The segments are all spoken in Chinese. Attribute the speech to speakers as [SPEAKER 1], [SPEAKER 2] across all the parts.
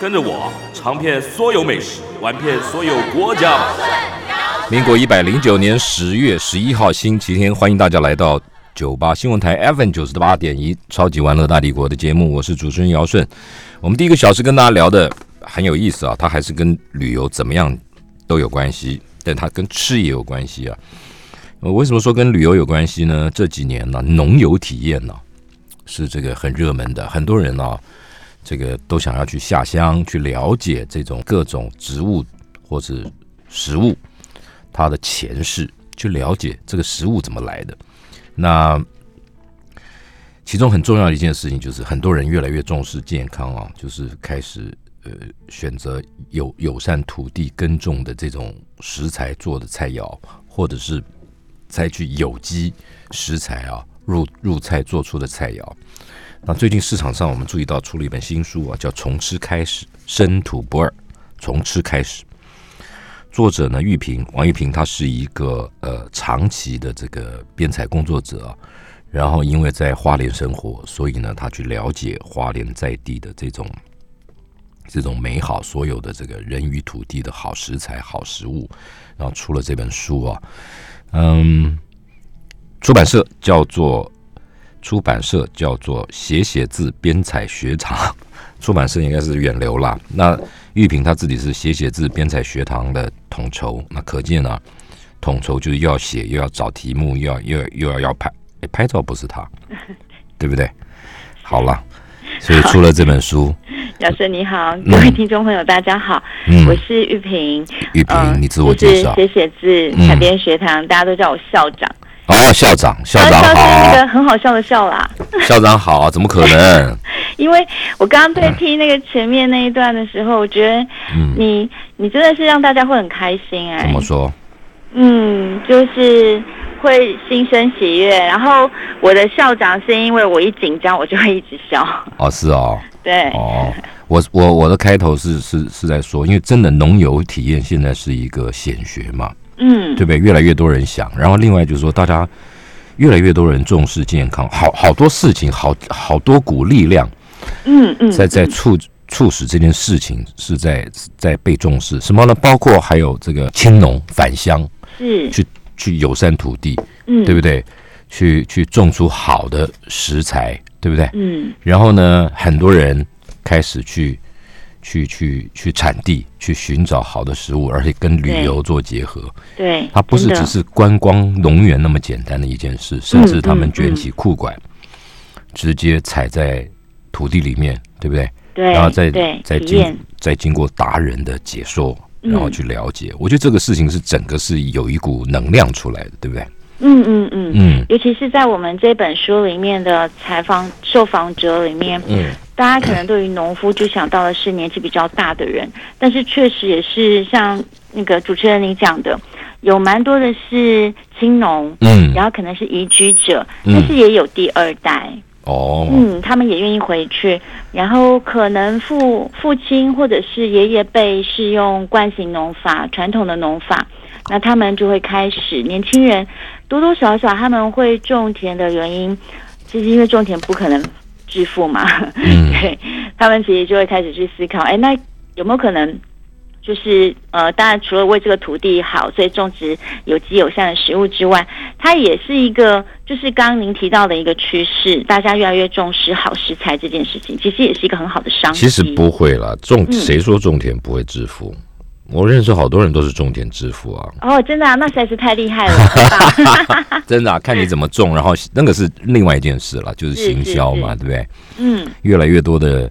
[SPEAKER 1] 跟着我尝遍所有美食，玩遍所有国家吧。
[SPEAKER 2] 民国一百零九年十月十一号星期天，欢迎大家来到九八新闻台 FM 九十八点一超级玩乐大帝国的节目，我是主持人姚顺。我们第一个小时跟大家聊的很有意思啊，它还是跟旅游怎么样都有关系，但它跟吃也有关系啊。呃为什么说跟旅游有关系呢？这几年呢、农游体验呢、是这个很热门的，很多人呢、这个都想要去下乡去了解这种各种植物或是食物。它的前世，去了解这个食物怎么来的。那其中很重要的一件事情就是，很多人越来越重视健康啊，就是开始呃选择友友善土地耕种的这种食材做的菜肴，或者是采取有机食材啊入入菜做出的菜肴。那最近市场上我们注意到出了一本新书啊，叫《从吃开始》，生土不二，从吃开始。作者呢，玉萍，王玉萍，她是一个呃长期的这个编采工作者、啊，然后因为在花莲生活，所以呢，她去了解花莲在地的这种这种美好，所有的这个人与土地的好食材、好食物，然后出了这本书啊，嗯，出版社叫做出版社叫做写写字编采学堂，出版社应该是远流啦。那玉萍她自己是写写字编采学堂的统筹，那可见啊，统筹就是又要写，又要找题目，又要又要又要要拍，诶拍照不是 她，对不对？好了，所以出了这本 书，
[SPEAKER 3] 老师你好，各位听众朋友大家好，
[SPEAKER 2] 嗯
[SPEAKER 3] 我，是玉萍。
[SPEAKER 2] 玉萍，你自我介绍
[SPEAKER 3] 就。是写写字，
[SPEAKER 2] 嗯
[SPEAKER 3] 海边学堂，大家都叫我校长。
[SPEAKER 2] 哦，校长，校长
[SPEAKER 3] 啊是那
[SPEAKER 2] 好，
[SPEAKER 3] 个很好笑的笑啦，
[SPEAKER 2] 校长好，怎么可 能？
[SPEAKER 3] 因为我刚刚在听那个前面那一段的时候，我觉得
[SPEAKER 2] 嗯，
[SPEAKER 3] 你你真的是让大家会很开心哎、
[SPEAKER 2] 怎么说？
[SPEAKER 3] 嗯，就是会心生喜悦。然后我的校长是因为我一紧张我就会一直笑，
[SPEAKER 2] 哦，是哦，
[SPEAKER 3] 对，
[SPEAKER 2] 哦，我我我的开头是是是在说，因为真的农游体验现在是一个显学嘛，
[SPEAKER 3] 嗯
[SPEAKER 2] 对，不对？越来越多人想，然后另外就是说，大家越来越多人重视健康，好好多事情，好好多股力量
[SPEAKER 3] 嗯嗯，
[SPEAKER 2] 在在促促使这件事情是在在被重视。什么呢？包括还有这个青农返乡，
[SPEAKER 3] 是，
[SPEAKER 2] 去去友善土地，
[SPEAKER 3] 嗯，
[SPEAKER 2] 对不对？去去种出好的食材，对不对？
[SPEAKER 3] 嗯
[SPEAKER 2] 然后呢，很多人开始去去去去产地去寻找好的食物，而且跟旅游做结合。
[SPEAKER 3] 对，
[SPEAKER 2] 它不是
[SPEAKER 3] 真的嗯
[SPEAKER 2] 只是观光农园那么简单的一件事，甚至他们卷起裤管，直接踩在土地里面，对不对？
[SPEAKER 3] 对，
[SPEAKER 2] 然后再
[SPEAKER 3] 对
[SPEAKER 2] 再
[SPEAKER 3] 体验
[SPEAKER 2] 经，再经过达人的解说，
[SPEAKER 3] 嗯
[SPEAKER 2] 然后去了解。我觉得这个事情是整个是有一股能量出来的，对不对？
[SPEAKER 3] 嗯嗯嗯
[SPEAKER 2] 嗯
[SPEAKER 3] 尤其是在我们这本书里面的采访受访者里面，
[SPEAKER 2] 嗯，
[SPEAKER 3] 大家可能对于农夫就想到的是年纪比较大的人，但是确实也是像那个主持人你讲的，有蛮多的是青农。
[SPEAKER 2] 嗯
[SPEAKER 3] 然后可能是移居者，
[SPEAKER 2] 嗯
[SPEAKER 3] 但是也有第二代，
[SPEAKER 2] 哦
[SPEAKER 3] 嗯，他们也愿意回去。然后可能父父亲或者是爷爷辈是用惯性农法、传统的农法，那他们就会开始，年轻人多多少少他们会种田的原因，就是因为种田不可能致富嘛，
[SPEAKER 2] 嗯
[SPEAKER 3] 对他们其实就会开始去思考，哎，那有没有可能？就是呃，当然除了为这个土地好，所以种植有机友善的食物之外，它也是一个，就是刚刚您提到的一个趋势，大家越来越重视好食材这件事情，其实也是一个很好的商机。
[SPEAKER 2] 其实不会啦，种
[SPEAKER 3] 嗯
[SPEAKER 2] 谁说种田不会致富？我认识好多人都是种田致富啊，
[SPEAKER 3] 哦，真的啊，那实在是太厉害了， 很棒
[SPEAKER 2] 真的、啊，看你怎么种，然后那个是另外一件事了，就是行销嘛，
[SPEAKER 3] 是
[SPEAKER 2] 对不对？
[SPEAKER 3] 嗯
[SPEAKER 2] 越来越多的，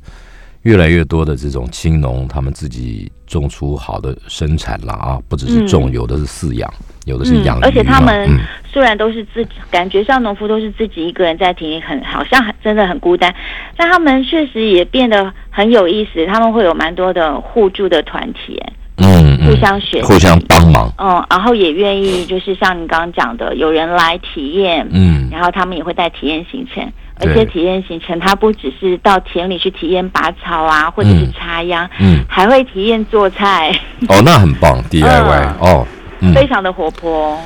[SPEAKER 2] 越来越多的这种青农，他们自己种出好的生产啦啊，不只是种，
[SPEAKER 3] 嗯
[SPEAKER 2] 有的是饲养，有的是
[SPEAKER 3] 嗯
[SPEAKER 2] 养鱼嘛、，
[SPEAKER 3] 而且他们
[SPEAKER 2] 嗯
[SPEAKER 3] 虽然都是自己，感觉上农夫都是自己一个人在田里，很好像很真的很孤单，但他们确实也变得很有意思，他们会有蛮多的互助的团体，哎
[SPEAKER 2] 嗯嗯，
[SPEAKER 3] 互相学习
[SPEAKER 2] 互相帮忙，
[SPEAKER 3] 嗯，然后也愿意就是像你刚刚讲的，有人来体验，
[SPEAKER 2] 嗯
[SPEAKER 3] 然后他们也会带体验行程，
[SPEAKER 2] 对
[SPEAKER 3] 而且体验行程它不只是到田里去体验拔草啊，或者是
[SPEAKER 2] 嗯
[SPEAKER 3] 插秧，
[SPEAKER 2] 嗯，
[SPEAKER 3] 还会体验做菜，
[SPEAKER 2] 哦，
[SPEAKER 3] 嗯
[SPEAKER 2] 那很棒，DIY 哦，嗯，
[SPEAKER 3] 非常的活泼。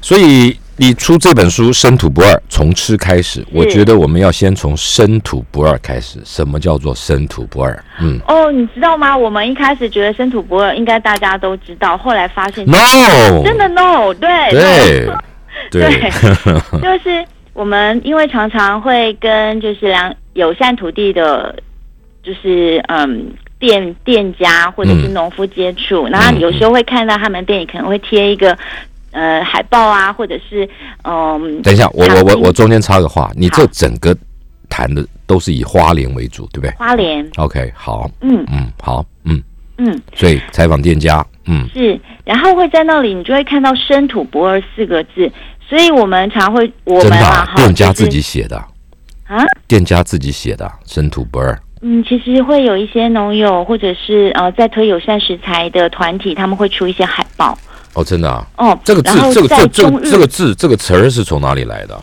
[SPEAKER 2] 所以你出这本书《生土不二》，从吃开始，我觉得我们要先从生土不二开始。什么叫做生土不二？嗯
[SPEAKER 3] 哦，你知道吗？我们一开始觉得生土不二应该大家都知道，后来发现
[SPEAKER 2] ，no，
[SPEAKER 3] 嗯真的 no，对
[SPEAKER 2] 对
[SPEAKER 3] 对 就是我们因为常常会跟就是良友善土地的，就是嗯店店家或者
[SPEAKER 2] 嗯
[SPEAKER 3] 是
[SPEAKER 2] 嗯
[SPEAKER 3] 农夫接触，然后有时候会看到他们店里可能会贴一个呃海报啊，或者是嗯
[SPEAKER 2] 等一下，我我我我中间插个话，你
[SPEAKER 3] 好
[SPEAKER 2] 这整个谈的都是以花莲为主，对不对
[SPEAKER 3] 花莲，
[SPEAKER 2] ？OK，好，
[SPEAKER 3] 嗯
[SPEAKER 2] 嗯，好，嗯，
[SPEAKER 3] 嗯
[SPEAKER 2] 所以采访店家，嗯
[SPEAKER 3] 是，然后会在那里你就会看到“生土不二”四个字，所以我们常会我
[SPEAKER 2] 真
[SPEAKER 3] 们
[SPEAKER 2] 的
[SPEAKER 3] 啊
[SPEAKER 2] 啊、
[SPEAKER 3] 哈
[SPEAKER 2] 店家
[SPEAKER 3] 就是
[SPEAKER 2] 自己写的啊，
[SPEAKER 3] 啊。
[SPEAKER 2] 店家自己写的啊生土不二，
[SPEAKER 3] 嗯，其实会有一些农友或者是呃在推友善食材的团体，他们会出一些海报。
[SPEAKER 2] 哦，真的啊。
[SPEAKER 3] 哦，
[SPEAKER 2] 这个字
[SPEAKER 3] 然，后
[SPEAKER 2] 这个
[SPEAKER 3] 在
[SPEAKER 2] 这个这
[SPEAKER 3] 中
[SPEAKER 2] 个
[SPEAKER 3] 日
[SPEAKER 2] 这个字，这个词儿是从哪里来的？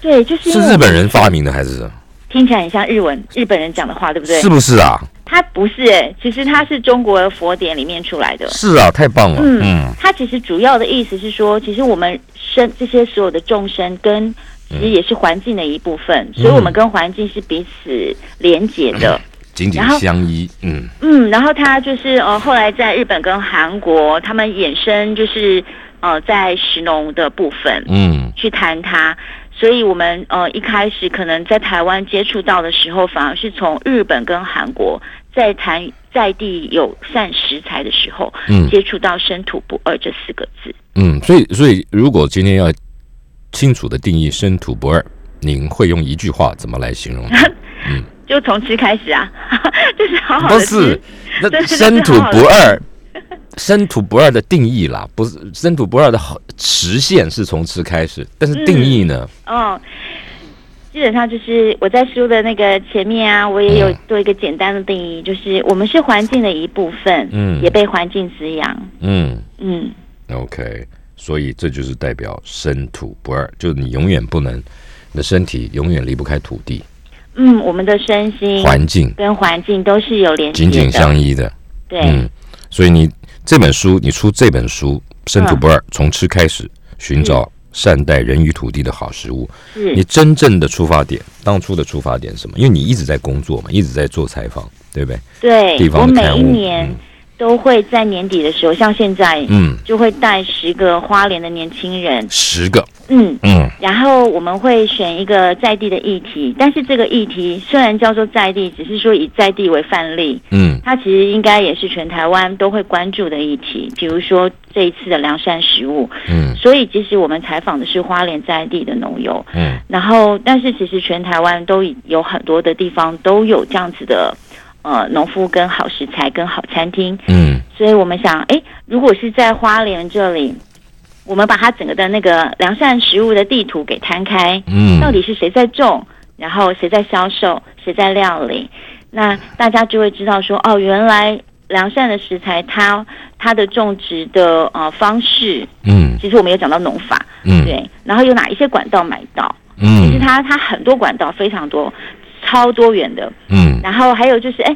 [SPEAKER 3] 对，就是
[SPEAKER 2] 是
[SPEAKER 3] 因为
[SPEAKER 2] 日本人发明的还是？
[SPEAKER 3] 听起来很像日文，日本人讲的话，对不对？
[SPEAKER 2] 是不是啊？
[SPEAKER 3] 它不是、欸，其实它是中国佛典里面出来的。
[SPEAKER 2] 是啊，太棒了。
[SPEAKER 3] 嗯
[SPEAKER 2] 嗯
[SPEAKER 3] 它其实主要的意思是说，其实我们生这些所有的众生跟其实也是环境的一部
[SPEAKER 2] 嗯
[SPEAKER 3] 分，所以我们跟环境是彼此连结的。
[SPEAKER 2] 紧紧嗯相依。嗯
[SPEAKER 3] 嗯，然后他就是呃，后来在日本跟韩国，他们衍生就是呃，在食农的部分
[SPEAKER 2] 嗯
[SPEAKER 3] 去谈它，所以我们呃一开始可能在台湾接触到的时候，反而是从日本跟韩国在谈在地友善食材的时候，
[SPEAKER 2] 嗯
[SPEAKER 3] 接触到“生土不二”这四个字。
[SPEAKER 2] 嗯，所以所以如果今天要清楚的定义生土不二，您会用一句话怎么来形容？
[SPEAKER 3] 就从吃开始啊， 就是好好
[SPEAKER 2] 不
[SPEAKER 3] 的
[SPEAKER 2] 是
[SPEAKER 3] 吃，，
[SPEAKER 2] 那
[SPEAKER 3] 对对
[SPEAKER 2] 生土不 二。生土不二的定义啦，不是生土不二的好实现是从吃开始，但是定义呢？
[SPEAKER 3] 哦，基本上就是我在书的那个前面啊，我也有做一个简单的定义，就是我们是环境的一部分，
[SPEAKER 2] 嗯
[SPEAKER 3] 也被环境滋养，
[SPEAKER 2] 嗯
[SPEAKER 3] 嗯，
[SPEAKER 2] OK，所以这就是代表生土不二，就是你永远不能，你的身体永远离不开土地、
[SPEAKER 3] 嗯，我们的身心
[SPEAKER 2] 环境，
[SPEAKER 3] 跟环境都是有连接
[SPEAKER 2] 紧
[SPEAKER 3] 的，
[SPEAKER 2] 紧相依的。
[SPEAKER 3] 对，
[SPEAKER 2] 嗯，所以你这本书，你出这本书《生土不二》，
[SPEAKER 3] 嗯
[SPEAKER 2] 从吃开始，寻找善待人与土地的好食物。
[SPEAKER 3] 是
[SPEAKER 2] 你真正的出发点，当初的出发点是什么？因为你一直在工作嘛，一直在做采访，对不对？地
[SPEAKER 3] 对我
[SPEAKER 2] 方的
[SPEAKER 3] 每
[SPEAKER 2] 刊
[SPEAKER 3] 一
[SPEAKER 2] 物。
[SPEAKER 3] 年都会在年底的时候，像现在，
[SPEAKER 2] 嗯，嗯
[SPEAKER 3] 就会带十个花莲的年轻人，
[SPEAKER 2] 十个，
[SPEAKER 3] 嗯，
[SPEAKER 2] 嗯
[SPEAKER 3] 然后我们会选一个在地的议题，但是这个议题虽然叫做在地，只是说以在地为范例，
[SPEAKER 2] 嗯
[SPEAKER 3] 它其实应该也是全台湾都会关注的议题，比如说这一次的良善食物。
[SPEAKER 2] 嗯
[SPEAKER 3] 所以，即使我们采访的是花莲在地的农友，
[SPEAKER 2] 嗯
[SPEAKER 3] 然后，但是其实全台湾都已有很多的地方都有这样子的，呃，农夫跟好食材跟好餐厅。
[SPEAKER 2] 嗯
[SPEAKER 3] 所以我们想，诶，如果是在花莲这里，我们把它整个的那个良善食物的地图给摊开，
[SPEAKER 2] 嗯，
[SPEAKER 3] 到底是谁在种，然后谁在销售，谁在料理，那大家就会知道说，哦，原来良善的食材它它的种植的呃方式，
[SPEAKER 2] 嗯
[SPEAKER 3] 其实我们有讲到农法，
[SPEAKER 2] 嗯
[SPEAKER 3] 对，然后有哪一些管道买到，其
[SPEAKER 2] 嗯
[SPEAKER 3] 实它它很多管道非常多，超多元的，
[SPEAKER 2] 嗯，
[SPEAKER 3] 然后还有就是哎。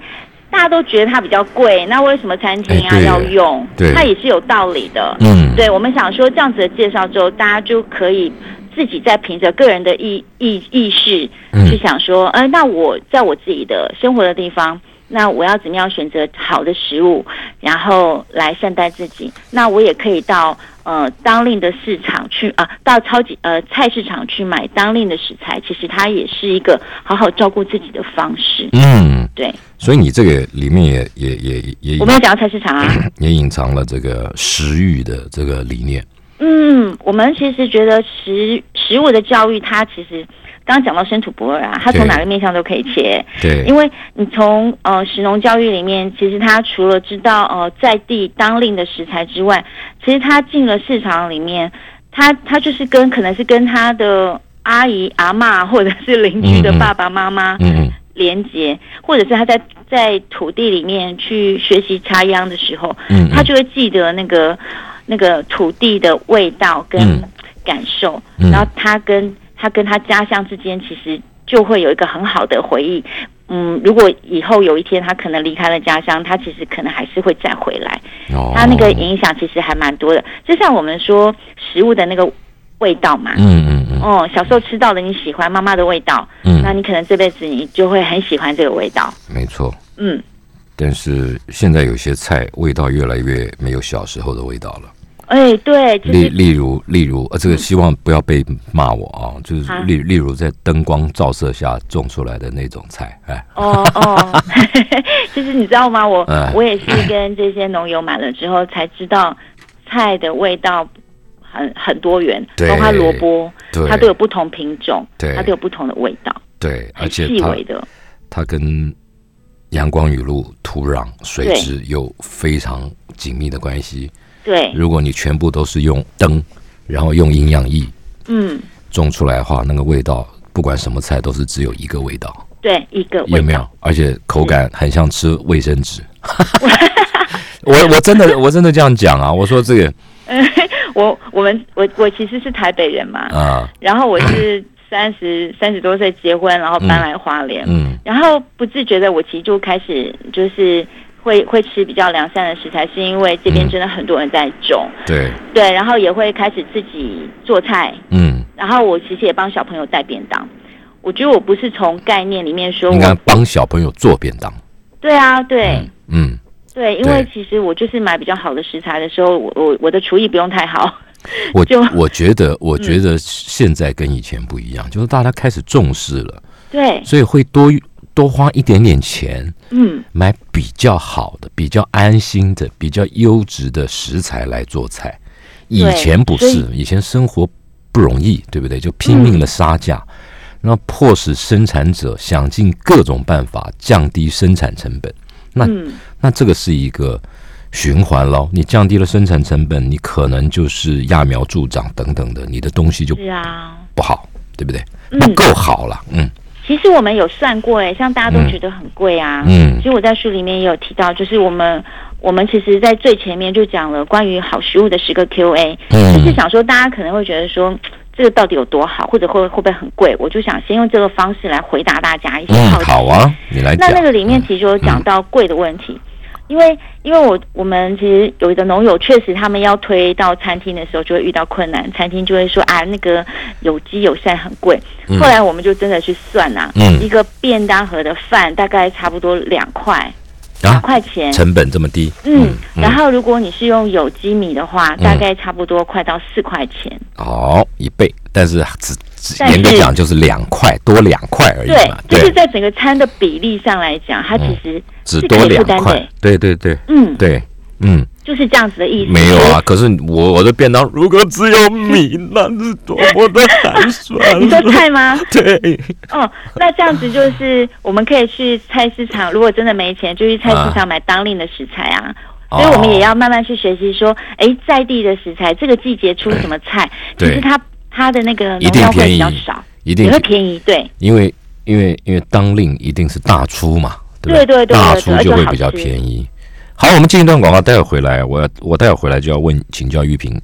[SPEAKER 3] 大家都觉得它比较贵，那为什么餐厅
[SPEAKER 2] 哎
[SPEAKER 3] 啊
[SPEAKER 2] 对
[SPEAKER 3] 要用？
[SPEAKER 2] 对
[SPEAKER 3] 它也是有道理的。
[SPEAKER 2] 嗯
[SPEAKER 3] 对，我们想说这样子的介绍之后，大家就可以自己再凭着个人的意意意识
[SPEAKER 2] 嗯
[SPEAKER 3] 去想说，哎、那我在我自己的生活的地方，那我要怎么样选择好的食物，然后来善待自己？那我也可以到呃当令的市场去啊、到超级呃菜市场去买当令的食材，其实它也是一个好好照顾自己的方式。
[SPEAKER 2] 嗯，
[SPEAKER 3] 对，
[SPEAKER 2] 所以你这个里面也也也也
[SPEAKER 3] 我没有讲到菜市场啊。
[SPEAKER 2] 也隐藏了这个食欲的这个理念。
[SPEAKER 3] 嗯，我们其实觉得食食物的教育，它其实刚刚讲到生土不二啊，它从
[SPEAKER 2] 对
[SPEAKER 3] 哪个面向都可以切，
[SPEAKER 2] 对，
[SPEAKER 3] 因为你从呃食农教育里面，其实它除了知道呃在地当令的食材之外，其实它进了市场里面，它它就是跟可能是跟它的阿姨阿嬷或者是邻居的
[SPEAKER 2] 嗯嗯
[SPEAKER 3] 爸爸妈妈，
[SPEAKER 2] 嗯
[SPEAKER 3] 连接，或者是他在在土地里面去学习插秧的时候，
[SPEAKER 2] 嗯
[SPEAKER 3] 他就会记得那个那个土地的味道跟
[SPEAKER 2] 嗯
[SPEAKER 3] 感受，
[SPEAKER 2] 嗯
[SPEAKER 3] 然后他跟他跟他家乡之间其实就会有一个很好的回忆。嗯，如果以后有一天他可能离开了家乡，他其实可能还是会再回来。
[SPEAKER 2] 哦
[SPEAKER 3] 它那个影响其实还蛮多的，就像我们说食物的那个味道嘛。
[SPEAKER 2] 嗯嗯嗯
[SPEAKER 3] 哦，小时候吃到的你喜欢妈妈的味道，
[SPEAKER 2] 嗯，
[SPEAKER 3] 那你可能这辈子你就会很喜欢这个味道。
[SPEAKER 2] 没错。
[SPEAKER 3] 嗯，
[SPEAKER 2] 但是现在有些菜味道越来越没有小时候的味道了，
[SPEAKER 3] 哎，对，就
[SPEAKER 2] 例
[SPEAKER 3] 是嗯
[SPEAKER 2] 例如例如呃，这个希望不要被骂我啊，就是
[SPEAKER 3] 好
[SPEAKER 2] 例例如在灯光照射下种出来的那种菜，哎，
[SPEAKER 3] 哦哦， 就是你知道吗？我
[SPEAKER 2] 哎
[SPEAKER 3] 我也是跟这些农友买了之后才知道，菜的味道很很多元，
[SPEAKER 2] 对
[SPEAKER 3] 包括萝卜，
[SPEAKER 2] 对
[SPEAKER 3] 它都有不同品种，
[SPEAKER 2] 对
[SPEAKER 3] 它都有不同的味道，
[SPEAKER 2] 对，而
[SPEAKER 3] 很
[SPEAKER 2] 且
[SPEAKER 3] 细
[SPEAKER 2] 它
[SPEAKER 3] 微的。
[SPEAKER 2] 它跟阳光雨露、土壤、水
[SPEAKER 3] 对
[SPEAKER 2] 质有非常紧密的关系。
[SPEAKER 3] 对，
[SPEAKER 2] 如果你全部都是用灯，然后用营养液
[SPEAKER 3] 嗯，
[SPEAKER 2] 种出来的话，那个味道不管什么菜都是只有一个味道，
[SPEAKER 3] 对，一个味
[SPEAKER 2] 有没
[SPEAKER 3] 道。
[SPEAKER 2] 有？而且口感很像吃卫生 纸。我我真的我真的这样讲啊！我说这个
[SPEAKER 3] 我我们我我其实是台北人嘛，
[SPEAKER 2] 啊，
[SPEAKER 3] 然后我是三十三十多岁结婚，然后搬来花莲，
[SPEAKER 2] 嗯
[SPEAKER 3] 然后不自觉的我其实就开始就是会会吃比较良善的食材，是因为这边
[SPEAKER 2] 嗯
[SPEAKER 3] 真的很多人在种，
[SPEAKER 2] 对，
[SPEAKER 3] 对，然后也会开始自己做菜，
[SPEAKER 2] 嗯，
[SPEAKER 3] 然后我其实也帮小朋友带便当。我觉得我不是从概念里面说
[SPEAKER 2] 应该
[SPEAKER 3] 我，
[SPEAKER 2] 帮小朋友做便当。
[SPEAKER 3] 对啊，对、
[SPEAKER 2] 嗯，
[SPEAKER 3] 对，因为其实我就是买比较好的食材的时候，我我我的厨艺不用太好，
[SPEAKER 2] 我
[SPEAKER 3] 就嗯
[SPEAKER 2] 我觉得我觉得现在跟以前不一样，就是大家开始重视了，
[SPEAKER 3] 对，
[SPEAKER 2] 所以会多多花一点点钱，
[SPEAKER 3] 嗯，
[SPEAKER 2] 买比较好的、比较安心的、比较优质的食材来做菜。以前不
[SPEAKER 3] 所
[SPEAKER 2] 是，以前生活不容易，对不对？就拼命的杀价，
[SPEAKER 3] 嗯
[SPEAKER 2] 然后迫使生产者想尽各种办法降低生产成本。那、
[SPEAKER 3] 嗯
[SPEAKER 2] 那这个是一个循环喽。你降低了生产成本，你可能就是揠苗助长等等的，你的东西就是
[SPEAKER 3] 啊。
[SPEAKER 2] 不好，对不对？
[SPEAKER 3] 嗯
[SPEAKER 2] 不够好了，嗯
[SPEAKER 3] 其实我们有算过，哎，像大家都觉得很贵啊。
[SPEAKER 2] 嗯
[SPEAKER 3] 其实我在书里面也有提到，就是我们我们其实，在最前面就讲了关于好食物的十个 Q&A，就是
[SPEAKER 2] 嗯
[SPEAKER 3] 想说大家可能会觉得说。这个到底有多好，或者会会不会很贵？我就想先用这个方式来回答大家一些
[SPEAKER 2] 嗯，
[SPEAKER 3] 好奇。
[SPEAKER 2] 好啊，你来
[SPEAKER 3] 那
[SPEAKER 2] 讲。
[SPEAKER 3] 那个里面其实有讲到贵的问题，因为因为我我们其实有的农友确实他们要推到餐厅的时候就会遇到困难，餐厅就会说啊那个有机友善很贵。后来我们就真的去算啊，
[SPEAKER 2] 嗯
[SPEAKER 3] 一个便当盒的饭大概差不多两块两
[SPEAKER 2] 啊，
[SPEAKER 3] 块钱。
[SPEAKER 2] 成本这么低，
[SPEAKER 3] 嗯，然后如果你是用有机米的话，
[SPEAKER 2] 嗯
[SPEAKER 3] 大概差不多快到四块钱。
[SPEAKER 2] 哦，一倍，但是只只
[SPEAKER 3] 但是
[SPEAKER 2] 严格讲就是两块多两块而已
[SPEAKER 3] 对
[SPEAKER 2] 嘛，，
[SPEAKER 3] 就是在整个餐的比例上来讲，它其实
[SPEAKER 2] 嗯只
[SPEAKER 3] 是
[SPEAKER 2] 多
[SPEAKER 3] 可以
[SPEAKER 2] 两
[SPEAKER 3] 负担
[SPEAKER 2] 块
[SPEAKER 3] 的。，
[SPEAKER 2] 对对对
[SPEAKER 3] 嗯，
[SPEAKER 2] 对，嗯，
[SPEAKER 3] 就是这样子的意思。
[SPEAKER 2] 没有啊。可是我我的便当如果只有米，那是多么的寒酸。啊
[SPEAKER 3] 你说菜吗？
[SPEAKER 2] 对，
[SPEAKER 3] 哦，那这样子就是我们可以去菜市场，如果真的没钱，就去菜市场买当令的食材啊。
[SPEAKER 2] 嗯哦
[SPEAKER 3] 所以我们也要慢慢去学习，说，哎，在地的食材，这个季节出什么菜，其
[SPEAKER 2] 对
[SPEAKER 3] 实它它的那个
[SPEAKER 2] 一
[SPEAKER 3] 农
[SPEAKER 2] 定
[SPEAKER 3] 药会
[SPEAKER 2] 便
[SPEAKER 3] 比
[SPEAKER 2] 宜
[SPEAKER 3] 较少，，
[SPEAKER 2] 一定
[SPEAKER 3] 也会便宜，对，
[SPEAKER 2] 因为因为因为当令一定是大出嘛，对吧？
[SPEAKER 3] 对对对对
[SPEAKER 2] 大
[SPEAKER 3] 对
[SPEAKER 2] 出
[SPEAKER 3] 而且
[SPEAKER 2] 就会
[SPEAKER 3] 好
[SPEAKER 2] 比较
[SPEAKER 3] 吃
[SPEAKER 2] 便宜。好，我们进一段广告，待会儿回来，我要我待会儿回来就要问请教玉萍，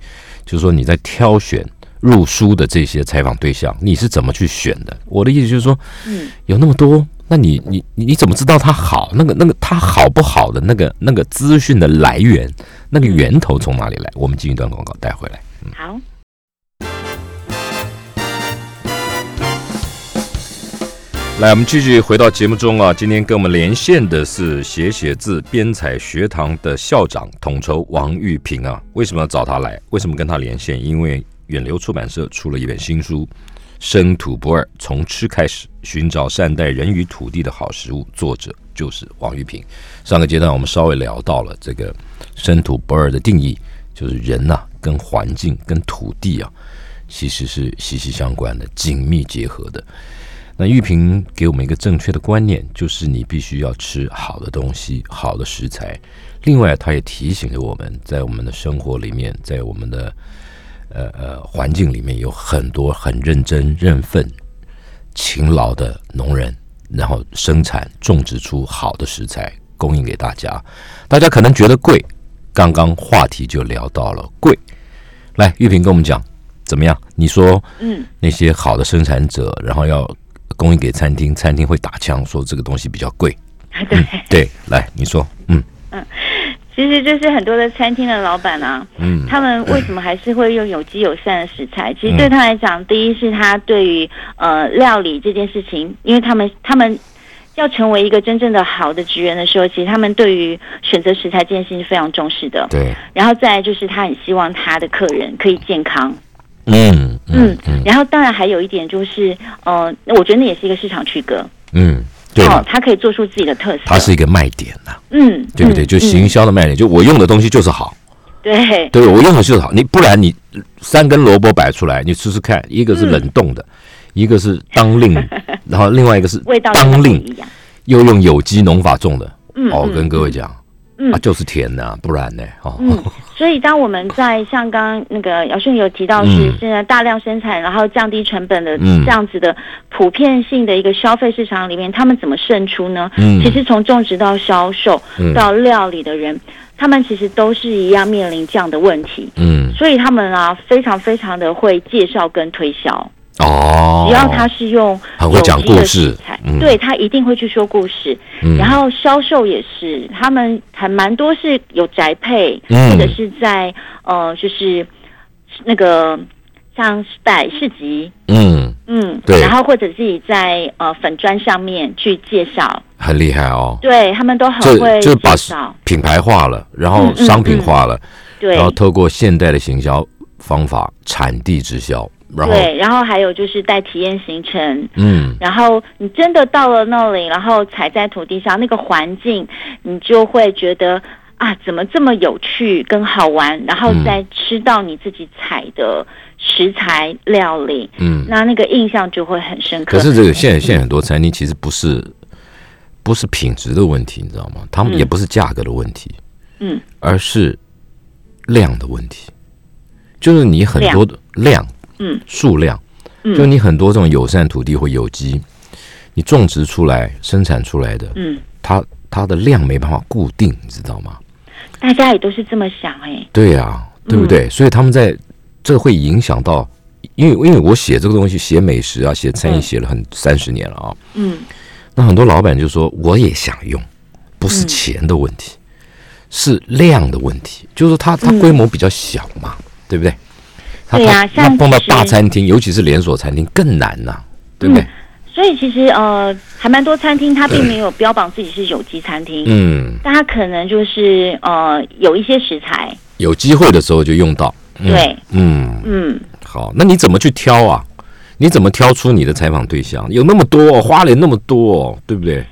[SPEAKER 2] 就是说你在挑选入书的这些采访对象，你是怎么去选的？我的意思就是说，
[SPEAKER 3] 嗯，
[SPEAKER 2] 有那么多，那你你你你怎么知道它好？那个那个它好不好的那个那个资讯的来源，那个源头从哪里来？我们进一段广告，待会儿来。
[SPEAKER 3] 好，
[SPEAKER 2] 来，我们继续回到节目中啊。今天跟我们连线的是写写字编采学堂的校长统筹王玉平啊。为什么要找他来？为什么跟他连线？因为远流出版社出了一本新书《生土不二：从吃开始，寻找善待人与土地的好食物》，作者就是王玉平。上个阶段我们稍微聊到了这个“生土不二”的定义，就是人呐、跟环境、跟土地啊，其实是息息相关的、紧密结合的。那玉萍给我们一个正确的观念，就是你必须要吃好的东西、好的食材。另外，她也提醒着我们，在我们的生活里面，在我们的呃呃环境里面，有很多很认真、认份、勤劳的农人，然后生产种植出好的食材供应给大家。大家可能觉得贵，刚刚话题就聊到了贵。来，玉萍跟我们讲怎么样？你说
[SPEAKER 3] 嗯，
[SPEAKER 2] 那些好的生产者，然后要供应给餐厅，餐厅会打枪说这个东西比较贵。 嗯
[SPEAKER 3] 对。
[SPEAKER 2] 对，来你说，嗯
[SPEAKER 3] 其实就是很多的餐厅的老板啊，
[SPEAKER 2] 嗯
[SPEAKER 3] 他们为什么还是会用有机友善的食材？其实
[SPEAKER 2] 嗯
[SPEAKER 3] 对他来讲，第一是他对于呃料理这件事情，因为他们他们要成为一个真正的好的职员的时候，其实他们对于选择食材这件事情是非常重视的。
[SPEAKER 2] 对，
[SPEAKER 3] 然后再来就是他很希望他的客人可以健康，
[SPEAKER 2] 嗯嗯嗯
[SPEAKER 3] 然后当然还有一点就是，呃，我觉得那也是一个市场区隔，
[SPEAKER 2] 嗯，对
[SPEAKER 3] 哦
[SPEAKER 2] 了，，
[SPEAKER 3] 他可以做出自己的特色，
[SPEAKER 2] 它是一个卖点呐、
[SPEAKER 3] 嗯，
[SPEAKER 2] 对不对？
[SPEAKER 3] 嗯
[SPEAKER 2] 就行
[SPEAKER 3] 嗯
[SPEAKER 2] 销的卖点，就我用的东西就是好，
[SPEAKER 3] 对
[SPEAKER 2] 对不对我用的就是好。你不然你呃三根萝卜摆出来，你试试看，一个是冷冻的，一个是当 令，然后另外一个是
[SPEAKER 3] 嗯味道真的
[SPEAKER 2] 当
[SPEAKER 3] 不
[SPEAKER 2] 令
[SPEAKER 3] 一样，
[SPEAKER 2] 又用有机农法种的。
[SPEAKER 3] 嗯
[SPEAKER 2] 哦，我
[SPEAKER 3] 嗯
[SPEAKER 2] 跟各位讲，
[SPEAKER 3] 嗯
[SPEAKER 2] 啊，就是甜呐、不然呢？哦，
[SPEAKER 3] 嗯，所以当我们在像刚刚那个姚顺有提到是
[SPEAKER 2] 嗯
[SPEAKER 3] 现在大量生产，然后降低成本的
[SPEAKER 2] 嗯
[SPEAKER 3] 这样子的普遍性的一个消费市场里面，他们怎么胜出呢？
[SPEAKER 2] 嗯
[SPEAKER 3] 其实从种植到销售
[SPEAKER 2] 嗯
[SPEAKER 3] 到料理的人，他们其实都是一样面临这样的问题，
[SPEAKER 2] 嗯，
[SPEAKER 3] 所以他们啊非常非常的会介绍跟推销，
[SPEAKER 2] 哦，
[SPEAKER 3] 只要他是用
[SPEAKER 2] 很会讲
[SPEAKER 3] 有机的
[SPEAKER 2] 故事
[SPEAKER 3] 食材
[SPEAKER 2] 嗯
[SPEAKER 3] 对他一定会去说故事。
[SPEAKER 2] 嗯，
[SPEAKER 3] 然后销售也是，他们还蛮多是有宅配，
[SPEAKER 2] 嗯
[SPEAKER 3] 或者是在呃，就是那个像摆市集，
[SPEAKER 2] 嗯，
[SPEAKER 3] 嗯，
[SPEAKER 2] 对
[SPEAKER 3] 然后或者自己在呃粉砖上面去介绍，
[SPEAKER 2] 很厉害哦，
[SPEAKER 3] 对他们都很
[SPEAKER 2] 这
[SPEAKER 3] 会
[SPEAKER 2] 这把
[SPEAKER 3] 介绍，
[SPEAKER 2] 品牌化了，然后
[SPEAKER 3] 嗯嗯
[SPEAKER 2] 商品化了，
[SPEAKER 3] 对
[SPEAKER 2] 然后透过现代的行销方法，产地直销，然后
[SPEAKER 3] 对，然后还有就是带体验行程。
[SPEAKER 2] 嗯
[SPEAKER 3] 然后你真的到了那里，然后踩在土地上，那个环境，你就会觉得啊，怎么这么有趣跟好玩？然后
[SPEAKER 2] 嗯
[SPEAKER 3] 再吃到你自己采的食材料理，
[SPEAKER 2] 嗯，
[SPEAKER 3] 那那个印象就会很深刻。
[SPEAKER 2] 可是这个现在现在很多餐厅其实不是不是品质的问题，你知道吗？他们
[SPEAKER 3] 嗯
[SPEAKER 2] 也不是价格的问题，
[SPEAKER 3] 嗯，
[SPEAKER 2] 而是量的问题，就是你很多的量，
[SPEAKER 3] 嗯，
[SPEAKER 2] 数量，
[SPEAKER 3] 嗯
[SPEAKER 2] 就你很多这种友善土地或有机，你种植出来、生产出来的，
[SPEAKER 3] 嗯，
[SPEAKER 2] 它它的量没办法固定，你知道吗？
[SPEAKER 3] 大家也都是这么想哎、
[SPEAKER 2] 对呀、对不对？所以他们在这会影响到，因为因为我写这个东西，写美食啊，写餐饮，
[SPEAKER 3] 嗯
[SPEAKER 2] 写了很三十年了啊。
[SPEAKER 3] 嗯
[SPEAKER 2] 那很多老板就说，我也想用，不是
[SPEAKER 3] 嗯
[SPEAKER 2] 钱的问题，是量的问题，就是它它规模比较小嘛，对不对？它
[SPEAKER 3] 嗯对
[SPEAKER 2] 它
[SPEAKER 3] 呀
[SPEAKER 2] 那
[SPEAKER 3] 像
[SPEAKER 2] 碰到
[SPEAKER 3] 其实
[SPEAKER 2] 大餐厅，尤其是连锁餐厅更难呐、对不对？
[SPEAKER 3] 所以其实呃，还蛮多餐厅它并没有标榜自己是有机餐厅，
[SPEAKER 2] 嗯，
[SPEAKER 3] 但它可能就是呃有一些食材，
[SPEAKER 2] 有机会的时候就用到。嗯
[SPEAKER 3] 对，
[SPEAKER 2] 嗯，
[SPEAKER 3] 嗯
[SPEAKER 2] 好，那你怎么去挑啊？你怎么挑出你的采访对象？有那么多、哦，花莲那么多、哦，对不对？。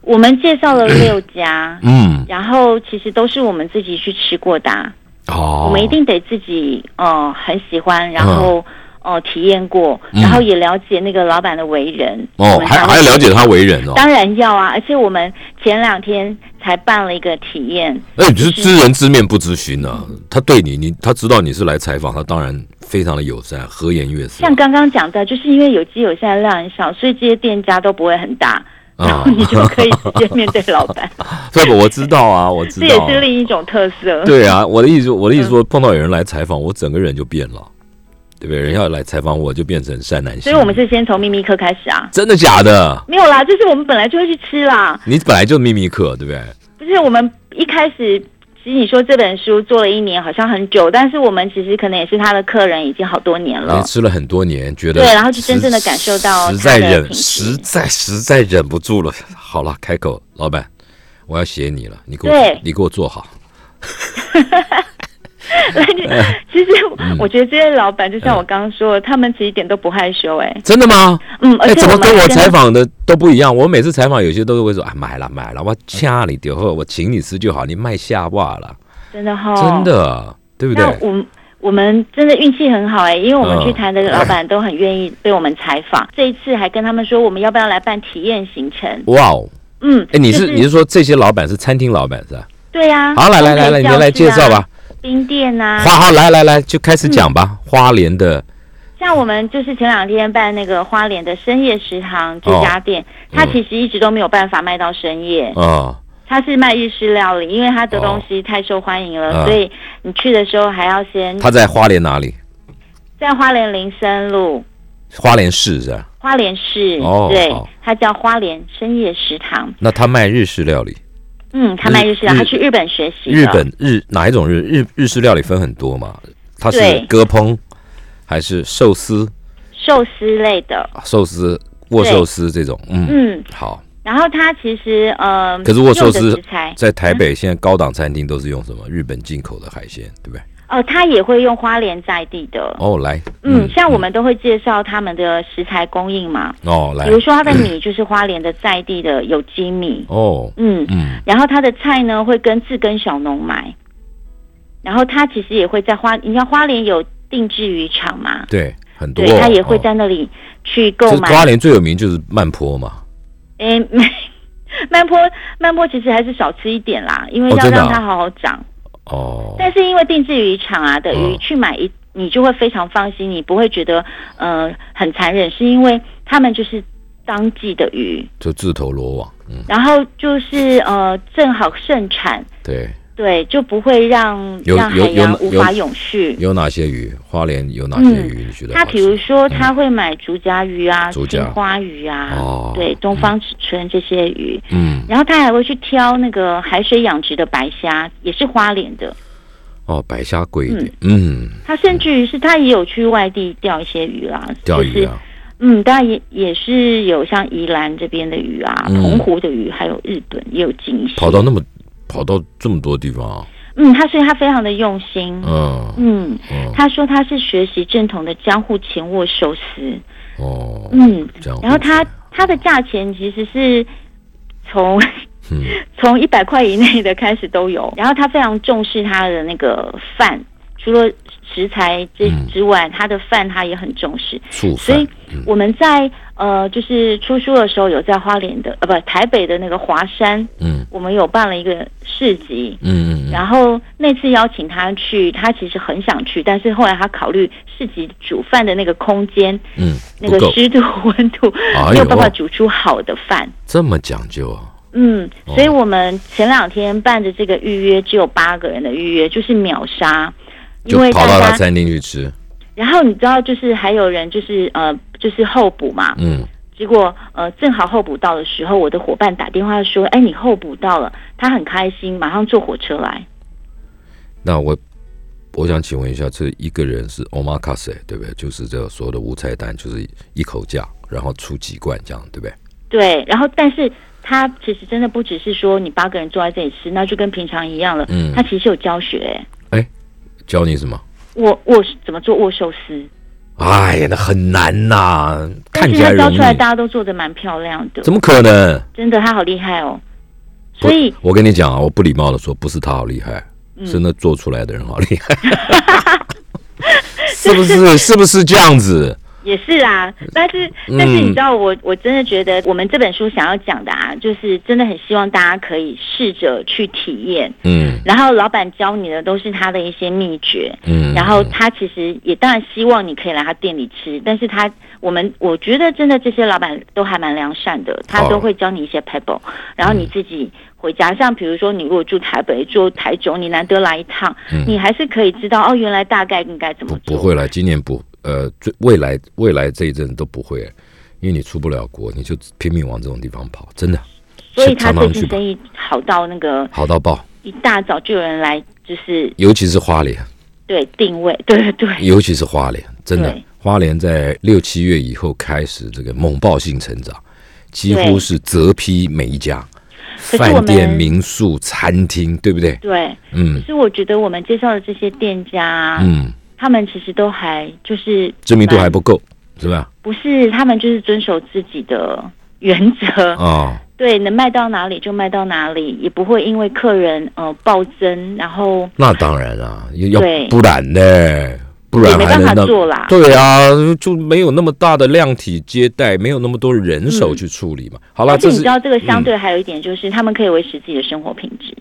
[SPEAKER 3] 我们介绍了六家
[SPEAKER 2] 嗯，
[SPEAKER 3] 然后其实都是我们自己去吃过的啊、
[SPEAKER 2] 哦，
[SPEAKER 3] 我们一定得自己呃很喜欢，然后、
[SPEAKER 2] 嗯
[SPEAKER 3] 呃体验过，然后也了解那个老板的为人。我
[SPEAKER 2] 哦，
[SPEAKER 3] 们才
[SPEAKER 2] 还
[SPEAKER 3] 会
[SPEAKER 2] 还要了解他为人哦。
[SPEAKER 3] 当然要啊，而且我们前两天才办了一个体验，
[SPEAKER 2] 哎，就是知人知面不知心呢、他对你，你他知道你是来采访，他当然非常的友善，和颜悦色。
[SPEAKER 3] 像刚刚讲的，就是因为有机有善量很少，所以这些店家都不会很大。
[SPEAKER 2] 啊
[SPEAKER 3] 然后你就可以直接面对老板，
[SPEAKER 2] 这个我知道啊，我 知
[SPEAKER 3] 这
[SPEAKER 2] 道
[SPEAKER 3] 也
[SPEAKER 2] 啊、
[SPEAKER 3] 是另一嗯种特色。
[SPEAKER 2] 对啊，我的意思，我的意思说，碰到有人来采访，我整个人就变了，对不对？人家来采访我就变成山南星。
[SPEAKER 3] 所以我们是先从秘密课开始啊，
[SPEAKER 2] 真的假的？
[SPEAKER 3] 没有啦，就是我们本来就会去吃啦。
[SPEAKER 2] 你本来就秘密客，对不对？
[SPEAKER 3] 不是我们一开始，其实你说这本书做了一年，好像很久，但是我们其实可能也是他的客人，已经好多年
[SPEAKER 2] 也
[SPEAKER 3] 了。
[SPEAKER 2] 吃了很多年，觉得
[SPEAKER 3] 对然后就
[SPEAKER 2] 实
[SPEAKER 3] 真正地感受到
[SPEAKER 2] 实
[SPEAKER 3] 它
[SPEAKER 2] 在
[SPEAKER 3] 的
[SPEAKER 2] 忍，
[SPEAKER 3] 品质
[SPEAKER 2] 实在实在忍不住了。好了，开口，老板，我要写你了，你给我
[SPEAKER 3] 对，
[SPEAKER 2] 你给我做好。 嗯
[SPEAKER 3] 其实我觉得这些老板，就像我刚刚说的，他们其实一点都不害羞、哎，
[SPEAKER 2] 真的吗？
[SPEAKER 3] 嗯，
[SPEAKER 2] 哎，
[SPEAKER 3] 而且
[SPEAKER 2] 怎么
[SPEAKER 3] 们
[SPEAKER 2] 跟我
[SPEAKER 3] 还
[SPEAKER 2] 采访的都不一样？我每次采访有些都是会说啊，买了买了，我掐你丢后，我请你吃就好，你卖下哇了，
[SPEAKER 3] 真的哈、
[SPEAKER 2] 真，的，对不对
[SPEAKER 3] 哦那？我们。我们真的运气很好哎、因为我们
[SPEAKER 2] 嗯
[SPEAKER 3] 去谈的老板都很愿意被我们采 访。这一次还跟他们说，我们要不要来办体验行程？
[SPEAKER 2] 哇哦，
[SPEAKER 3] 嗯，
[SPEAKER 2] 哎，你
[SPEAKER 3] 就是
[SPEAKER 2] 你是说这些老板是餐厅老板是吧？
[SPEAKER 3] 对啊呀、
[SPEAKER 2] 好，来来来来，你们来介绍
[SPEAKER 3] 烘焙教室啊，
[SPEAKER 2] 吧。
[SPEAKER 3] 冰店啊，
[SPEAKER 2] 花好，来来来，就开始讲吧。花莲的
[SPEAKER 3] 像我们就是前两天办那个花莲的深夜食堂这家店，
[SPEAKER 2] 哦
[SPEAKER 3] 它其实一直都没有办法卖到深夜，
[SPEAKER 2] 啊，
[SPEAKER 3] 它是卖日式料理，因为它的
[SPEAKER 2] 哦
[SPEAKER 3] 东西太受欢迎了，
[SPEAKER 2] 嗯
[SPEAKER 3] 所以你去的时候还要先
[SPEAKER 2] 他在花莲哪里？
[SPEAKER 3] 在花莲林森路
[SPEAKER 2] 花莲市是吧？
[SPEAKER 3] 花莲市，
[SPEAKER 2] 哦
[SPEAKER 3] 对
[SPEAKER 2] 好，
[SPEAKER 3] 它叫花莲深夜食堂。
[SPEAKER 2] 那他卖日式料理，
[SPEAKER 3] 嗯，他卖日式料，
[SPEAKER 2] 日
[SPEAKER 3] 他去日本学习的
[SPEAKER 2] 日本日哪一种日日日式料理分很多嘛？它是
[SPEAKER 3] 对
[SPEAKER 2] 割烹还是寿司、啊
[SPEAKER 3] 寿司类的。
[SPEAKER 2] 寿司握
[SPEAKER 3] 对
[SPEAKER 2] 寿司这种？嗯，
[SPEAKER 3] 嗯，
[SPEAKER 2] 好，
[SPEAKER 3] 然后它其实呃，
[SPEAKER 2] 可是握寿
[SPEAKER 3] 用的
[SPEAKER 2] 司
[SPEAKER 3] 食材
[SPEAKER 2] 在台北现在高档餐厅都是用什么日本进口的海鲜，对不对？
[SPEAKER 3] 哦，它也会用花莲在地的。
[SPEAKER 2] 哦，来，
[SPEAKER 3] 嗯，像我们都会介绍他们的食材供应嘛，
[SPEAKER 2] 哦，来
[SPEAKER 3] 比，如说它的 米就是花莲的在地的有机米，
[SPEAKER 2] 哦，
[SPEAKER 3] 嗯，
[SPEAKER 2] 嗯，
[SPEAKER 3] 然后它的菜呢会跟自耕小农买，然后它其实也会在花，你看花莲有定制渔场嘛，
[SPEAKER 2] 对，很多
[SPEAKER 3] 对，，它也会
[SPEAKER 2] 哦
[SPEAKER 3] 在那里去购
[SPEAKER 2] 就是
[SPEAKER 3] 买。
[SPEAKER 2] 花莲最有名就是慢坡嘛，
[SPEAKER 3] 诶， 慢坡慢坡其实还是少吃一点啦，因为
[SPEAKER 2] 哦
[SPEAKER 3] 要
[SPEAKER 2] 真的啊
[SPEAKER 3] 让它好好长。
[SPEAKER 2] 哦，
[SPEAKER 3] 但是因为定制渔场啊的鱼
[SPEAKER 2] 嗯
[SPEAKER 3] 去买一，你就会非常放心，你不会觉得呃很残忍，是因为他们就是当季的鱼，
[SPEAKER 2] 就自投罗网，嗯，
[SPEAKER 3] 然后就是呃正好盛产，
[SPEAKER 2] 对，
[SPEAKER 3] 对，就不会让
[SPEAKER 2] 有
[SPEAKER 3] 让
[SPEAKER 2] 有
[SPEAKER 3] 海洋
[SPEAKER 2] 有
[SPEAKER 3] 无
[SPEAKER 2] 有
[SPEAKER 3] 法永续。
[SPEAKER 2] 有哪些鱼？花莲有哪些鱼？你觉得好
[SPEAKER 3] 他
[SPEAKER 2] 吃？
[SPEAKER 3] 嗯比如说他会买竹夹鱼啊、
[SPEAKER 2] 竹
[SPEAKER 3] 青
[SPEAKER 2] 夹
[SPEAKER 3] 花鱼啊，
[SPEAKER 2] 哦
[SPEAKER 3] 对，东方尺春这些鱼，
[SPEAKER 2] 嗯，
[SPEAKER 3] 然后他还会去挑那个海水养殖的白虾，也是花莲的。
[SPEAKER 2] 哦，白虾贵一点，嗯，
[SPEAKER 3] 他甚至于是他也有去外地钓一些鱼啦，
[SPEAKER 2] 钓鱼
[SPEAKER 3] 就是
[SPEAKER 2] 啊，
[SPEAKER 3] 嗯，当然也也是有像宜兰这边的鱼啊，
[SPEAKER 2] 嗯
[SPEAKER 3] 澎湖的鱼，还有日本也有进
[SPEAKER 2] 跑
[SPEAKER 3] 行。
[SPEAKER 2] 到那么跑到这么多地方啊，
[SPEAKER 3] 嗯，他所以他非常的用心。
[SPEAKER 2] 嗯，
[SPEAKER 3] 嗯，
[SPEAKER 2] 嗯
[SPEAKER 3] 他说他是学习正统的江户前握寿司。
[SPEAKER 2] 哦，
[SPEAKER 3] 嗯，
[SPEAKER 2] 这样，
[SPEAKER 3] 然后他他的价钱其实是从
[SPEAKER 2] 嗯，
[SPEAKER 3] 从一百块以内的开始都有。然后他非常重视他的那个饭，除了食材之
[SPEAKER 2] 嗯
[SPEAKER 3] 之外，他的饭他也很重视。
[SPEAKER 2] 醋
[SPEAKER 3] 所
[SPEAKER 2] 饭
[SPEAKER 3] 以，我们在呃，就是出书的时候，有在花莲的呃，不台北的那个华山，
[SPEAKER 2] 嗯
[SPEAKER 3] 我们有办了一个市集。
[SPEAKER 2] 嗯嗯嗯，
[SPEAKER 3] 然后那次邀请他去，他其实很想去，但是后来他考虑市集煮饭的那个空间、
[SPEAKER 2] 嗯，
[SPEAKER 3] 那
[SPEAKER 2] 不
[SPEAKER 3] 个
[SPEAKER 2] 够，
[SPEAKER 3] 湿度、温度，
[SPEAKER 2] 哎呦
[SPEAKER 3] 没有办法煮出好的饭。
[SPEAKER 2] 这么讲究啊，
[SPEAKER 3] 嗯，所以我们前两天办的这个预约只有八个人的预约，就是秒杀，因
[SPEAKER 2] 就
[SPEAKER 3] 为
[SPEAKER 2] 跑
[SPEAKER 3] 大
[SPEAKER 2] 到他
[SPEAKER 3] 家。
[SPEAKER 2] 餐厅去吃，
[SPEAKER 3] 然后你知道，就是还有人就是呃，就是候补嘛，
[SPEAKER 2] 嗯，
[SPEAKER 3] 结果呃，正好候补到的时候，我的伙伴打电话说：“哎，你候补到了。”他很开心，马上坐火车来。
[SPEAKER 2] 那我我想请问一下，这一个人是 omakase 对不对？就是这所有的无菜单，就是一口价，然后出几罐这样，对不对？
[SPEAKER 3] 对，然后但是他其实真的不只是说你八个人坐在这里吃，那就跟平常一样了。
[SPEAKER 2] 嗯
[SPEAKER 3] 他其实有教学、
[SPEAKER 2] 教你什么？
[SPEAKER 3] 握握怎么做握寿司，
[SPEAKER 2] 哎呀，那很难呐、看
[SPEAKER 3] 但
[SPEAKER 2] 起
[SPEAKER 3] 是
[SPEAKER 2] 来
[SPEAKER 3] 他
[SPEAKER 2] 容
[SPEAKER 3] 教
[SPEAKER 2] 易
[SPEAKER 3] 出，来大家都做的蛮漂亮的
[SPEAKER 2] 怎，么可能？
[SPEAKER 3] 真的他好厉害哦。
[SPEAKER 2] 不
[SPEAKER 3] 所以嗯
[SPEAKER 2] 我跟你讲啊，我不礼貌的说，不是他好厉害，是那做出来的人好厉害， 是不是？是不是这样子？
[SPEAKER 3] 也是啊，但是
[SPEAKER 2] 嗯
[SPEAKER 3] 但是你知道我，我真的觉得我们这本书想要讲的啊，就是真的很希望大家可以试着去体验，
[SPEAKER 2] 嗯
[SPEAKER 3] 然后老板教你的都是他的一些秘诀。
[SPEAKER 2] 嗯。
[SPEAKER 3] 然后他其实也当然希望你可以来他店里吃，但是他我们我觉得真的这些老板都还蛮良善的，他
[SPEAKER 2] 哦
[SPEAKER 3] 都会教你一些 pebble，然后你自己回家。像比如说你如果住台北、住台中，你难得来一趟，你还是可以知道哦，原来大概应该怎
[SPEAKER 2] 不
[SPEAKER 3] 么
[SPEAKER 2] 嗯
[SPEAKER 3] 做。
[SPEAKER 2] 不会了，今年不，呃，最未来未来这一阵都不会，因为你出不了国，你就拼命往这种地方跑，真的
[SPEAKER 3] 所以
[SPEAKER 2] 是
[SPEAKER 3] 他
[SPEAKER 2] 常
[SPEAKER 3] 最
[SPEAKER 2] 常去
[SPEAKER 3] 近
[SPEAKER 2] 吧
[SPEAKER 3] 生，意好到那个
[SPEAKER 2] 好到爆，
[SPEAKER 3] 一大早就有人来，就是
[SPEAKER 2] 尤其是花 莲，
[SPEAKER 3] 对定位，对对对，
[SPEAKER 2] 尤其是花莲，真的
[SPEAKER 3] 对，
[SPEAKER 2] 花莲在六七月以后开始这个猛爆性成长，几乎
[SPEAKER 3] 对
[SPEAKER 2] 是折批每一家
[SPEAKER 3] 是我
[SPEAKER 2] 饭店、
[SPEAKER 3] 们
[SPEAKER 2] 民宿、餐厅，对不对？
[SPEAKER 3] 对。
[SPEAKER 2] 嗯
[SPEAKER 3] 所以我觉得我们介绍的这些店家啊，
[SPEAKER 2] 嗯，
[SPEAKER 3] 他们其实都还就是
[SPEAKER 2] 知名度还
[SPEAKER 3] 蛮
[SPEAKER 2] 不够，是吧？
[SPEAKER 3] 不是，他们就是遵守自己的原则，
[SPEAKER 2] 哦，
[SPEAKER 3] 对，能卖到哪里就卖到哪里，也不会因为客人呃暴增，然后
[SPEAKER 2] 那当然啊，要
[SPEAKER 3] 对
[SPEAKER 2] 不然呢？不然
[SPEAKER 3] 也没
[SPEAKER 2] 还
[SPEAKER 3] 办
[SPEAKER 2] 能
[SPEAKER 3] 法
[SPEAKER 2] 那
[SPEAKER 3] 做啦
[SPEAKER 2] 对啊，就没有那么大的量体接待，没有那么多人手去处理嘛。好了，
[SPEAKER 3] 但是
[SPEAKER 2] 啊这
[SPEAKER 3] 你
[SPEAKER 2] 是嗯
[SPEAKER 3] 知道这个相对还有一点就是，他们可以维持自己的生活品质，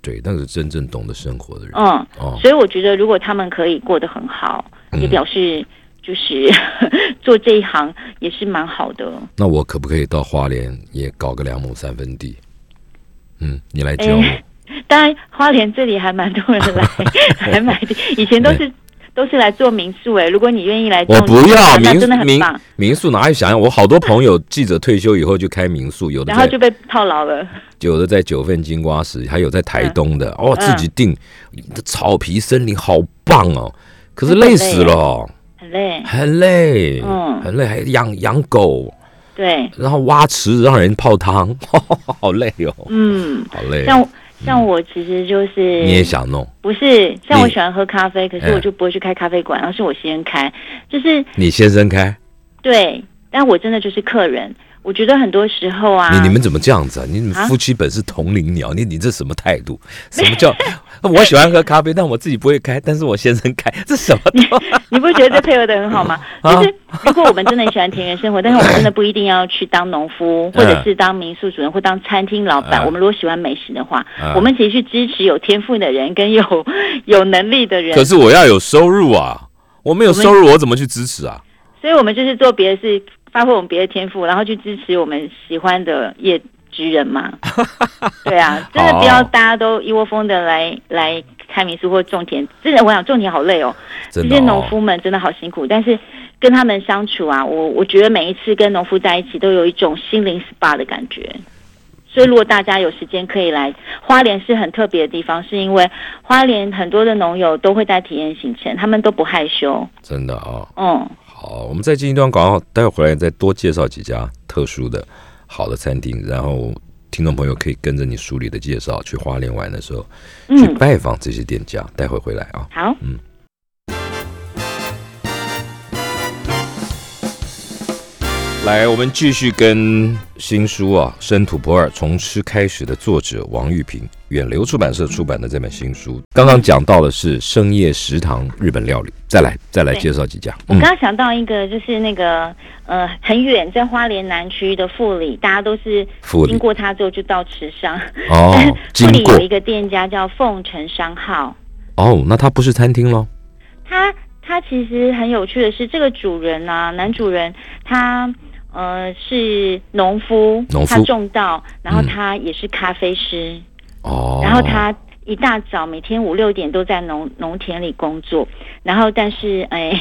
[SPEAKER 2] 对，那是真正懂得生活的人
[SPEAKER 3] 嗯，
[SPEAKER 2] 哦。嗯
[SPEAKER 3] 所以我觉得如果他们可以过得很好，也表示就是 做这一行也是蛮好的。
[SPEAKER 2] 那我可不可以到花莲也搞个两亩三分地？嗯，你来教我。
[SPEAKER 3] 哎当然，花莲这里还蛮多人来 来买的，以前都是都是来做民宿哎。如果你愿意来种
[SPEAKER 2] 我
[SPEAKER 3] 植物啊，
[SPEAKER 2] 不要
[SPEAKER 3] 那
[SPEAKER 2] 民
[SPEAKER 3] 真的很
[SPEAKER 2] 民
[SPEAKER 3] 棒。
[SPEAKER 2] 民宿，哪有想要？我好多朋友记者退休以后就开民宿，有的
[SPEAKER 3] 然后
[SPEAKER 2] 在
[SPEAKER 3] 就被套牢了，
[SPEAKER 2] 有的在九份金瓜石，还有在台东的、哦，
[SPEAKER 3] 嗯
[SPEAKER 2] 自己定草皮森林，好棒哦！可是累死了哦，
[SPEAKER 3] 很累。
[SPEAKER 2] 很累，
[SPEAKER 3] 嗯
[SPEAKER 2] 很累，还养养狗，
[SPEAKER 3] 对，
[SPEAKER 2] 然后挖池让人泡汤， 好累哦，
[SPEAKER 3] 嗯，
[SPEAKER 2] 好累。
[SPEAKER 3] 像像我其实就是
[SPEAKER 2] 你也想弄？
[SPEAKER 3] 不是像我
[SPEAKER 2] 你
[SPEAKER 3] 喜欢喝咖啡，可是
[SPEAKER 2] 嗯
[SPEAKER 3] 我就不会去开咖啡馆，而是我先开，就是
[SPEAKER 2] 你先生开？
[SPEAKER 3] 对，但我真的就是客人。我觉得很多时候啊，
[SPEAKER 2] 你你们怎么这样子啊？你们
[SPEAKER 3] 啊
[SPEAKER 2] 夫妻本是同林鸟，你你这什么态 度？什么叫我喜欢喝咖啡，但我自己不会开，但是我先生开，这什么道理？
[SPEAKER 3] 你不觉得这配合的很好吗？
[SPEAKER 2] 啊
[SPEAKER 3] 就是如果我们真的很喜欢田园 生活，但是我们真的不一定要去当农夫，或者
[SPEAKER 2] 哎
[SPEAKER 3] 是当民宿主人，或当餐厅老板。
[SPEAKER 2] 嗯
[SPEAKER 3] 我们如果喜欢美食的话，
[SPEAKER 2] 嗯
[SPEAKER 3] 我们其实去支持有天赋的人 跟有有能力的人
[SPEAKER 2] 可。是我要有收入啊，我没有
[SPEAKER 3] 们
[SPEAKER 2] 收入，我怎么去支持啊？
[SPEAKER 3] 所以我们就是做别的事，发挥我们别的天赋，然后去支持我们喜欢的业职 人嘛。对啊，真的不
[SPEAKER 2] 哦
[SPEAKER 3] 要大家都一窝蜂的来来开民宿或种田。真的，我想种田好累哦。
[SPEAKER 2] 真
[SPEAKER 3] 这
[SPEAKER 2] 的、哦、
[SPEAKER 3] 些农夫们真的好辛苦，但是跟他们相处啊，我我觉得每一次跟农夫在一起，都有一种心灵 SPA 的感觉。所以，如果大家有时间可以来花莲，是很特别的地方，是因为花莲很多的农友都会带体验行程，他们都不害羞。
[SPEAKER 2] 真的哦。
[SPEAKER 3] 嗯，
[SPEAKER 2] 好，我们再进一段广告，待会回来再多介绍几家特殊的好的餐厅，然后听众朋友可以跟着你书里的介绍去花莲玩的时候去
[SPEAKER 3] 嗯
[SPEAKER 2] 拜访这些店家。待会回来啊。
[SPEAKER 3] 好，
[SPEAKER 2] 来，我们继续跟新书啊《生土不二：从吃开始》的作者王玉平，远流出版社出版的这本新书。刚刚讲到的是深夜食堂日本料理，再来再来
[SPEAKER 3] 对
[SPEAKER 2] 介绍几家。嗯
[SPEAKER 3] 我刚刚想到一个，就是那个呃很远，在花莲南区的富里，大家都是
[SPEAKER 2] 富里
[SPEAKER 3] 经过它之后就到池上。
[SPEAKER 2] 哦
[SPEAKER 3] 富
[SPEAKER 2] 经
[SPEAKER 3] 里
[SPEAKER 2] 过
[SPEAKER 3] 有一个店家叫凤城商号，
[SPEAKER 2] 哦，那它不是餐厅喽？
[SPEAKER 3] 他他其实很有趣的是，这个主人啊，男主人他呃是农夫，
[SPEAKER 2] 农夫
[SPEAKER 3] 他种稻，然后
[SPEAKER 2] 嗯
[SPEAKER 3] 他也是咖啡师，
[SPEAKER 2] 哦，
[SPEAKER 3] 然后他一大早每天五六点都在农农田里工作，然后但是哎，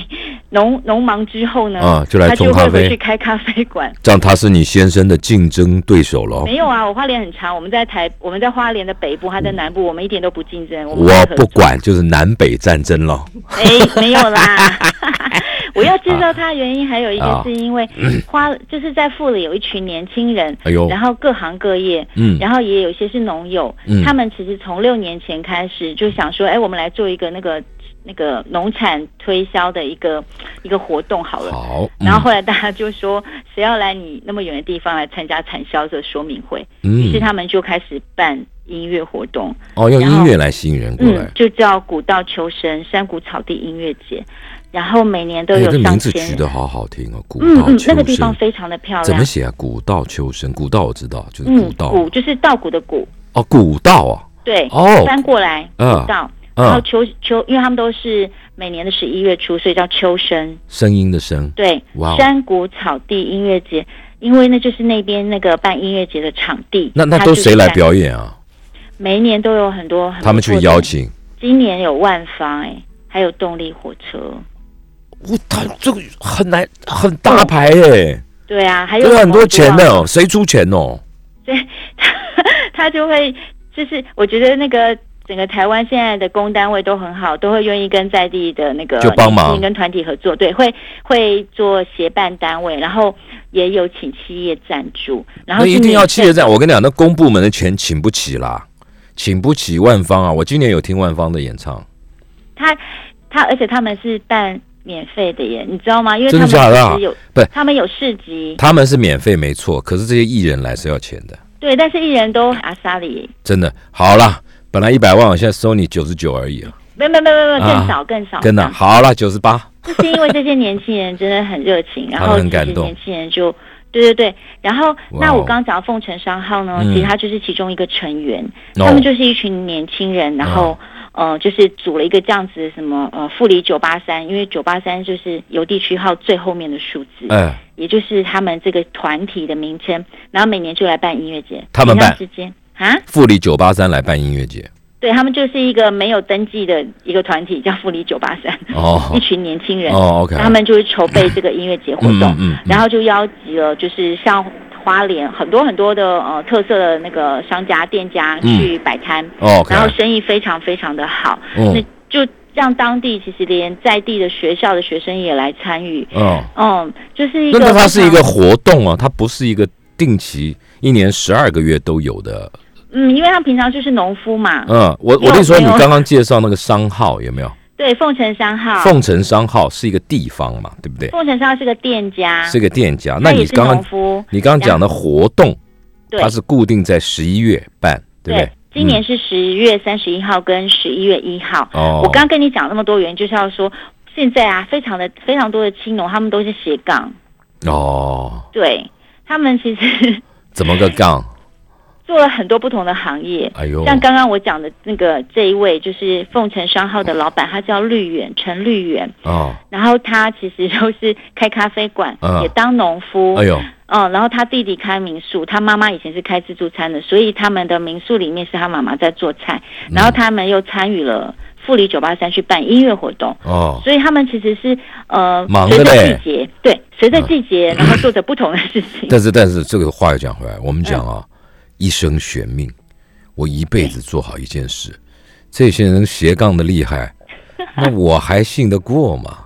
[SPEAKER 3] 农农忙之后呢，
[SPEAKER 2] 啊就来
[SPEAKER 3] 他
[SPEAKER 2] 种
[SPEAKER 3] 就
[SPEAKER 2] 咖
[SPEAKER 3] 会
[SPEAKER 2] 啡
[SPEAKER 3] 回去开咖啡馆。
[SPEAKER 2] 这样他是你先生的竞争对手喽？
[SPEAKER 3] 没有啊，我花莲很长，我们在台我们在花莲的北部，他在南部，我们一点都不竞争，我们在
[SPEAKER 2] 我
[SPEAKER 3] 合
[SPEAKER 2] 不
[SPEAKER 3] 作
[SPEAKER 2] 管，就是南北战争喽。
[SPEAKER 3] 哎，没有 啦。 我要知
[SPEAKER 2] 啊
[SPEAKER 3] 道它原因，还有一个是因为
[SPEAKER 2] 嗯
[SPEAKER 3] 花，就是在富里有一群年轻人，
[SPEAKER 2] 哎呦，
[SPEAKER 3] 然后各行各业，
[SPEAKER 2] 嗯
[SPEAKER 3] 然后也有一些是农友
[SPEAKER 2] 嗯，
[SPEAKER 3] 他们其实从六年前开始就想说，哎，我们来做一个那个那个农产推销的一个一个活动好了。
[SPEAKER 2] 好，嗯
[SPEAKER 3] 然后后来大家就说，谁要来你那么远的地方来参加产销的说明会？于是
[SPEAKER 2] 嗯，
[SPEAKER 3] 他们就开始办音乐活动，
[SPEAKER 2] 哦，用
[SPEAKER 3] 然后
[SPEAKER 2] 音乐来吸引人过
[SPEAKER 3] 嗯
[SPEAKER 2] 来，，
[SPEAKER 3] 就叫古道求生山谷草地音乐节，然后每年都
[SPEAKER 2] 哎
[SPEAKER 3] 有
[SPEAKER 2] 这
[SPEAKER 3] 上
[SPEAKER 2] 名字
[SPEAKER 3] 千
[SPEAKER 2] 取
[SPEAKER 3] 人。
[SPEAKER 2] 得好好听哦，古
[SPEAKER 3] 嗯
[SPEAKER 2] 道
[SPEAKER 3] 嗯，那个
[SPEAKER 2] 秋
[SPEAKER 3] 地方
[SPEAKER 2] 声。
[SPEAKER 3] 非常的漂
[SPEAKER 2] 怎么
[SPEAKER 3] 亮。
[SPEAKER 2] 写啊？古道秋声，古道我知道，就是古
[SPEAKER 3] 嗯，
[SPEAKER 2] 道
[SPEAKER 3] 谷就是稻谷的谷，
[SPEAKER 2] 哦，古道啊，
[SPEAKER 3] 对，
[SPEAKER 2] 哦
[SPEAKER 3] 翻过来
[SPEAKER 2] 嗯
[SPEAKER 3] 稻，然后
[SPEAKER 2] 嗯，
[SPEAKER 3] 秋秋，因为他们都是每年的十一月初，所以叫秋生。
[SPEAKER 2] 声音的声，
[SPEAKER 3] 对
[SPEAKER 2] 哇哦，
[SPEAKER 3] 山谷草地音乐节，因为那就是那边那个办音乐节的场地。
[SPEAKER 2] 那那
[SPEAKER 3] 它
[SPEAKER 2] 都
[SPEAKER 3] 就是
[SPEAKER 2] 谁来
[SPEAKER 3] 在？
[SPEAKER 2] 表演啊？
[SPEAKER 3] 每一年都有很多很
[SPEAKER 2] 他们
[SPEAKER 3] 不
[SPEAKER 2] 去
[SPEAKER 3] 错的
[SPEAKER 2] 邀，请，
[SPEAKER 3] 今年有万方哎、还有动力火车。
[SPEAKER 2] 我他这个很难很
[SPEAKER 3] 嗯
[SPEAKER 2] 大牌耶，
[SPEAKER 3] 对啊，还有
[SPEAKER 2] 这个很多
[SPEAKER 3] 黄瓜
[SPEAKER 2] 钱的，谁出钱哦？
[SPEAKER 3] 他 就会就是我觉得那个整个台湾现在的公单位都很好，都会愿意跟在地的那个
[SPEAKER 2] 就帮忙
[SPEAKER 3] 年轻人跟团体合作，对，会会做协办单位，然后也有请企业赞助，然后
[SPEAKER 2] 那一定
[SPEAKER 3] 今年
[SPEAKER 2] 要企业站。我跟你讲，那公部门的钱请不起啦，请不起万方啊！我今年有听万方的演唱，
[SPEAKER 3] 他他而且他们是办免费的耶，你知道吗？因为他
[SPEAKER 2] 真的
[SPEAKER 3] 们
[SPEAKER 2] 假的啊
[SPEAKER 3] 其实有
[SPEAKER 2] 不是
[SPEAKER 3] 他们有市集，
[SPEAKER 2] 他们是免费没错，可是这些艺人来是要钱的，
[SPEAKER 3] 对，但是艺人都阿萨里。
[SPEAKER 2] 真的。好啦，本来一百万，我现在收你九十九而已啊，
[SPEAKER 3] 没没没没没，
[SPEAKER 2] 啊
[SPEAKER 3] 更少更少，
[SPEAKER 2] 真的。好啦，九十八，
[SPEAKER 3] 就是因为这些年轻人真的很热情，然后
[SPEAKER 2] 很
[SPEAKER 3] 其实
[SPEAKER 2] 感动
[SPEAKER 3] 年轻人就。对对对，然后
[SPEAKER 2] 哇哦
[SPEAKER 3] 那我刚讲到凤城商号呢，
[SPEAKER 2] 嗯
[SPEAKER 3] 其实他就是其中一个成员，
[SPEAKER 2] 哦
[SPEAKER 3] 他们就是一群年轻人，然后、呃，就是组了一个这样子什么呃富里九八三，因为九八三就是邮递区号最后面的数字，
[SPEAKER 2] 哎，
[SPEAKER 3] 也就是他们这个团体的名称。然后每年就来办音乐节，
[SPEAKER 2] 他们
[SPEAKER 3] 平常
[SPEAKER 2] 办
[SPEAKER 3] 时间啊，
[SPEAKER 2] 富里九八三来办音乐节
[SPEAKER 3] 对他们就是一个没有登记的一个团体，叫富里九八三，
[SPEAKER 2] 哦
[SPEAKER 3] 一群年轻人，
[SPEAKER 2] 哦，OK，
[SPEAKER 3] 他们就是筹备这个音乐节活
[SPEAKER 2] 嗯
[SPEAKER 3] 动
[SPEAKER 2] 嗯。嗯，
[SPEAKER 3] 然
[SPEAKER 2] 后
[SPEAKER 3] 后就邀集了，就是像花莲很多很多的呃特色的那个商家店家
[SPEAKER 2] 嗯
[SPEAKER 3] 去摆摊，
[SPEAKER 2] OK，
[SPEAKER 3] 然后生意非常非常的好，
[SPEAKER 2] 嗯
[SPEAKER 3] 那就让当地其实连在地的学校的学生也来参与，
[SPEAKER 2] 嗯，
[SPEAKER 3] 嗯，就是一
[SPEAKER 2] 那
[SPEAKER 3] 个
[SPEAKER 2] 那它是一
[SPEAKER 3] 非
[SPEAKER 2] 个
[SPEAKER 3] 常
[SPEAKER 2] 活动啊，它不是一个定期一年十二个月都有的。
[SPEAKER 3] 嗯，因为他平常就是农夫嘛，
[SPEAKER 2] 嗯，我
[SPEAKER 3] 没有
[SPEAKER 2] 我跟你说，你
[SPEAKER 3] 没有
[SPEAKER 2] 刚刚介绍那个商号有没有？
[SPEAKER 3] 对，凤城商号，
[SPEAKER 2] 凤城商号是一个地方嘛，对不对？
[SPEAKER 3] 凤城商号是个店家，
[SPEAKER 2] 是个店家。那
[SPEAKER 3] 他
[SPEAKER 2] 你
[SPEAKER 3] 啊也是
[SPEAKER 2] 刚
[SPEAKER 3] 农
[SPEAKER 2] 刚
[SPEAKER 3] 夫，
[SPEAKER 2] 你刚刚讲的活动，
[SPEAKER 3] 对
[SPEAKER 2] 它是固定在十一月办，对不嗯对？
[SPEAKER 3] 今年是十月三十一号跟十一月一号，
[SPEAKER 2] 嗯哦，
[SPEAKER 3] 我刚跟你讲那么多原因，就是要说现在啊，非常的非常多的青农，他们都是斜杠，
[SPEAKER 2] 哦，
[SPEAKER 3] 对他们其实
[SPEAKER 2] 怎么个杠？
[SPEAKER 3] 做了很多不同的行业。
[SPEAKER 2] 哎呦，
[SPEAKER 3] 像刚刚我讲的那个这一位，就是凤城商号的老板，他叫绿远陈绿远，
[SPEAKER 2] 哦，
[SPEAKER 3] 然后他其实就是开咖啡馆，
[SPEAKER 2] 嗯
[SPEAKER 3] 也当农夫，
[SPEAKER 2] 哎呦，
[SPEAKER 3] 嗯，然后他弟弟开民宿，他妈妈以前是开自助餐的，所以他们的民宿里面是他妈妈在做菜，
[SPEAKER 2] 嗯
[SPEAKER 3] 然后他们又参与了富里九八三去办音乐活动，
[SPEAKER 2] 哦，
[SPEAKER 3] 所以他们其实是呃，
[SPEAKER 2] 忙的
[SPEAKER 3] 随着
[SPEAKER 2] 嘞啊
[SPEAKER 3] 季节，对，随着季节，然后做着不同的事情。
[SPEAKER 2] 但是但是这个话又讲回来，我
[SPEAKER 3] 嗯
[SPEAKER 2] 们讲啊，一生悬命，我一辈子做好一件事，这些人斜杠的厉害，那我还信得过 吗？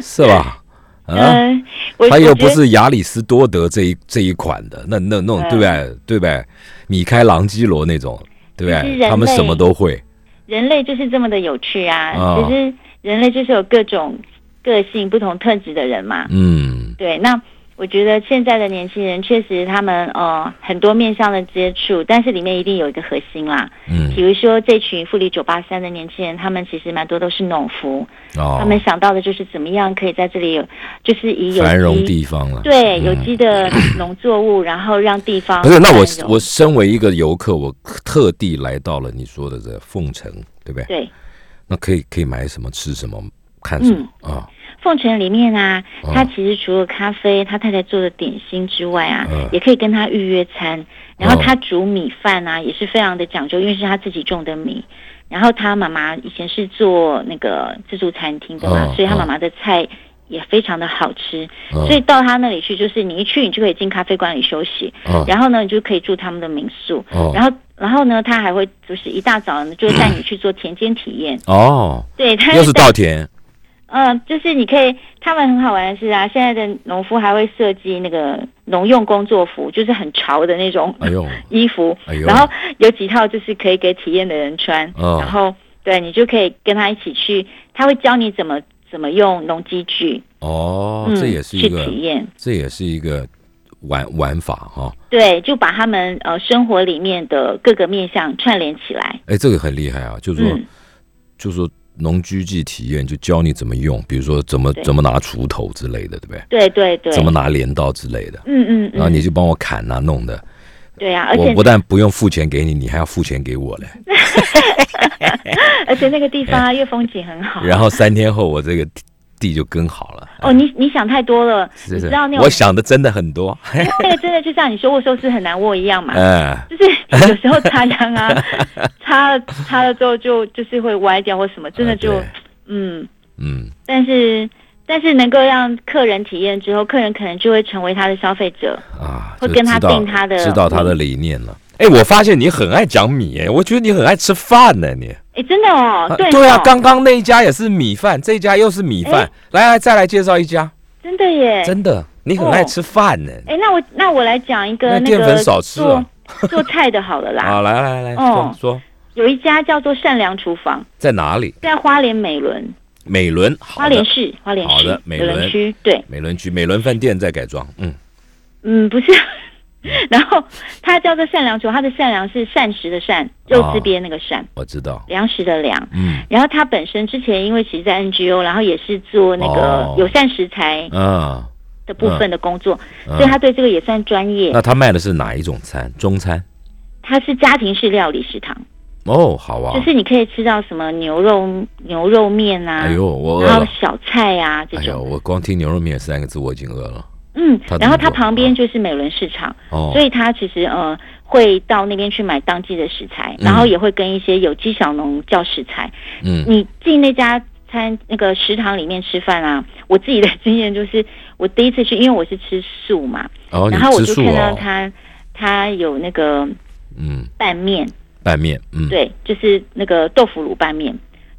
[SPEAKER 2] 是吧？啊，
[SPEAKER 3] 嗯、我
[SPEAKER 2] 他
[SPEAKER 3] 我
[SPEAKER 2] 又
[SPEAKER 3] 觉
[SPEAKER 2] 不
[SPEAKER 3] 得
[SPEAKER 2] 是亚里士多德这一这一款的，那那那种
[SPEAKER 3] 嗯
[SPEAKER 2] 对吧？对吧？米开朗基罗那种，对吧
[SPEAKER 3] 其实人？类
[SPEAKER 2] 他们什么都会，
[SPEAKER 3] 人类就是这么的有趣啊，
[SPEAKER 2] 哦
[SPEAKER 3] 其实人类就是有各种个性、不同特质的人嘛。
[SPEAKER 2] 嗯，
[SPEAKER 3] 对，那我觉得现在的年轻人确实他们呃很多面向的接触，但是里面一定有一个核心啦。
[SPEAKER 2] 嗯
[SPEAKER 3] 比如说这群富里九八三的年轻人，他们其实蛮多都是农夫，
[SPEAKER 2] 哦
[SPEAKER 3] 他，们想到的就是怎么样可以在这里有，就是以有
[SPEAKER 2] 繁荣
[SPEAKER 3] 机
[SPEAKER 2] 地方了。嗯
[SPEAKER 3] 对，有机的农作物，然后让地方
[SPEAKER 2] 不是，那我
[SPEAKER 3] 繁荣
[SPEAKER 2] 我身为一个游客，我特地来到了你说的这凤城，对不对？
[SPEAKER 3] 对
[SPEAKER 2] 那可以可以买什么吃什么看什么
[SPEAKER 3] 嗯
[SPEAKER 2] 啊？
[SPEAKER 3] 凤城里面啊，
[SPEAKER 2] 哦
[SPEAKER 3] 他其实除了咖啡，他太太做的点心之外啊，
[SPEAKER 2] 嗯
[SPEAKER 3] 也可以跟他预约餐。然后
[SPEAKER 2] 哦
[SPEAKER 3] 他煮米饭啊，也是非常的讲究，因为是他自己种的米。然后他妈妈以前是做那个自助餐厅的嘛，
[SPEAKER 2] 哦
[SPEAKER 3] 所以他
[SPEAKER 2] 哦
[SPEAKER 3] 妈妈的菜也非常的好吃。
[SPEAKER 2] 嗯
[SPEAKER 3] 所以到他那里去，就是你一去，你就可以进咖啡馆里休息，
[SPEAKER 2] 嗯
[SPEAKER 3] 然后呢，你就可以住他们的民宿。
[SPEAKER 2] 哦
[SPEAKER 3] 然后，然后呢，他还会就是一大早呢，就会带你去做田间体验。
[SPEAKER 2] 哦，
[SPEAKER 3] 对，他
[SPEAKER 2] 又是
[SPEAKER 3] 带
[SPEAKER 2] 稻田
[SPEAKER 3] 嗯，就是你可以，他们很好玩的是啊，现在的农夫还会设计那个农用工作服，就是很潮的那种
[SPEAKER 2] 哎呦
[SPEAKER 3] 衣服，
[SPEAKER 2] 哎呦，
[SPEAKER 3] 然后有几套就是可以给体验的人穿，
[SPEAKER 2] 哦
[SPEAKER 3] 然后对你就可以跟他一起去，他会教你怎么怎么用农机具，嗯
[SPEAKER 2] 哦，这也是一
[SPEAKER 3] 去
[SPEAKER 2] 个
[SPEAKER 3] 体验，
[SPEAKER 2] 这也是一个玩玩法哈。
[SPEAKER 3] 对，就把他们呃生活里面的各个面向串联起来，
[SPEAKER 2] 哎，这个很厉害啊，就是说
[SPEAKER 3] 嗯，
[SPEAKER 2] 就是说农居技体验，就教你怎么用，比如说怎么
[SPEAKER 3] 对
[SPEAKER 2] 怎么拿锄头之类的，对不对？
[SPEAKER 3] 对对对，
[SPEAKER 2] 怎么拿镰刀之类的，
[SPEAKER 3] 嗯嗯
[SPEAKER 2] 然后你
[SPEAKER 3] 嗯，
[SPEAKER 2] 就帮我砍啊弄的。
[SPEAKER 3] 对啊，而
[SPEAKER 2] 我
[SPEAKER 3] 且
[SPEAKER 2] 不但不用付钱给你，你还要付钱给我嘞。
[SPEAKER 3] 而且那个地方啊，因为风景很好。
[SPEAKER 2] 哎然后三天后，我这个地地就耕好了。
[SPEAKER 3] 哦，你你想太多了，
[SPEAKER 2] 是
[SPEAKER 3] 你
[SPEAKER 2] 是
[SPEAKER 3] 知道那，种啊
[SPEAKER 2] 我想的真的很多。
[SPEAKER 3] 那个真的就像你说握寿司很难握一样嘛，
[SPEAKER 2] 哎，
[SPEAKER 3] 就是有时候插秧啊， 插了插了之后就就是会歪掉或什么，真的就、
[SPEAKER 2] 呃对
[SPEAKER 3] 嗯，
[SPEAKER 2] 嗯，
[SPEAKER 3] 但是但是能够让客人体验之后，客人可能就会成为他的消费者，
[SPEAKER 2] 啊，
[SPEAKER 3] 会
[SPEAKER 2] 就
[SPEAKER 3] 跟他
[SPEAKER 2] 知道
[SPEAKER 3] 定他的嗯
[SPEAKER 2] 知道他的理念了。哎，我发现你很爱讲米，哎，我觉得你很爱吃饭呢，你。
[SPEAKER 3] 哎，真的哦，对
[SPEAKER 2] 啊
[SPEAKER 3] 哦
[SPEAKER 2] 对啊，刚刚那一家也是米饭，这一家又是米饭
[SPEAKER 3] 哎，
[SPEAKER 2] 来来，再来介绍一家，
[SPEAKER 3] 真的耶，
[SPEAKER 2] 真的，你很
[SPEAKER 3] 哦
[SPEAKER 2] 爱吃饭呢。
[SPEAKER 3] 哎，那我那我来讲一个
[SPEAKER 2] 那
[SPEAKER 3] 那
[SPEAKER 2] 淀
[SPEAKER 3] 个
[SPEAKER 2] 粉少吃哦
[SPEAKER 3] 做做菜的好了 啦，
[SPEAKER 2] 啊，来来来，说
[SPEAKER 3] 哦
[SPEAKER 2] 说
[SPEAKER 3] 有一家叫做善良厨房，
[SPEAKER 2] 在哪里？
[SPEAKER 3] 在花莲美伦，
[SPEAKER 2] 美伦，好
[SPEAKER 3] 花莲
[SPEAKER 2] 的，
[SPEAKER 3] 市花莲
[SPEAKER 2] 好的
[SPEAKER 3] 市
[SPEAKER 2] 美
[SPEAKER 3] 美伦
[SPEAKER 2] 伦
[SPEAKER 3] 区，对。
[SPEAKER 2] 美伦区美伦饭店在改装，嗯，
[SPEAKER 3] 嗯，不是。 然后它叫做善良厨，它的善良是膳食的
[SPEAKER 2] 啊
[SPEAKER 3] 善，肉字边那个善，
[SPEAKER 2] 我知道，
[SPEAKER 3] 粮食的粮。
[SPEAKER 2] 嗯
[SPEAKER 3] 然后它本身之前因为其实在 NGO，然后也是做那个
[SPEAKER 2] 哦
[SPEAKER 3] 友善食材
[SPEAKER 2] 啊，
[SPEAKER 3] 的部分的工作，
[SPEAKER 2] 嗯
[SPEAKER 3] 所以他对这个也算专业
[SPEAKER 2] 那。他卖的是哪一种餐？中餐
[SPEAKER 3] 他是家庭式料理食堂，
[SPEAKER 2] 哦，好啊
[SPEAKER 3] 就。是你可以吃到什么牛肉牛肉面啊，
[SPEAKER 2] 哎呦，我饿
[SPEAKER 3] 然后
[SPEAKER 2] 了。
[SPEAKER 3] 小菜啊这
[SPEAKER 2] 哎呦，
[SPEAKER 3] 种，
[SPEAKER 2] 我光听牛肉面三个字我已经饿了。
[SPEAKER 3] 嗯
[SPEAKER 2] 他，
[SPEAKER 3] 然后
[SPEAKER 2] 怎么
[SPEAKER 3] 它
[SPEAKER 2] 做
[SPEAKER 3] 旁边就是美伦市场，
[SPEAKER 2] 哦，
[SPEAKER 3] 所以他其实呃会到那边去买当季的食材，然后也会跟一些有机小农叫食材。
[SPEAKER 2] 嗯，
[SPEAKER 3] 你进那家餐那个食堂里面吃饭啊，我自己的经验就是，我第一次去，因为我是吃素嘛，
[SPEAKER 2] 然后你
[SPEAKER 3] 然后我
[SPEAKER 2] 吃
[SPEAKER 3] 就
[SPEAKER 2] 素
[SPEAKER 3] 看到
[SPEAKER 2] 哦，
[SPEAKER 3] 他他有那个
[SPEAKER 2] 嗯，
[SPEAKER 3] 拌面，
[SPEAKER 2] 拌面，嗯，
[SPEAKER 3] 对，就是那个豆腐乳拌面，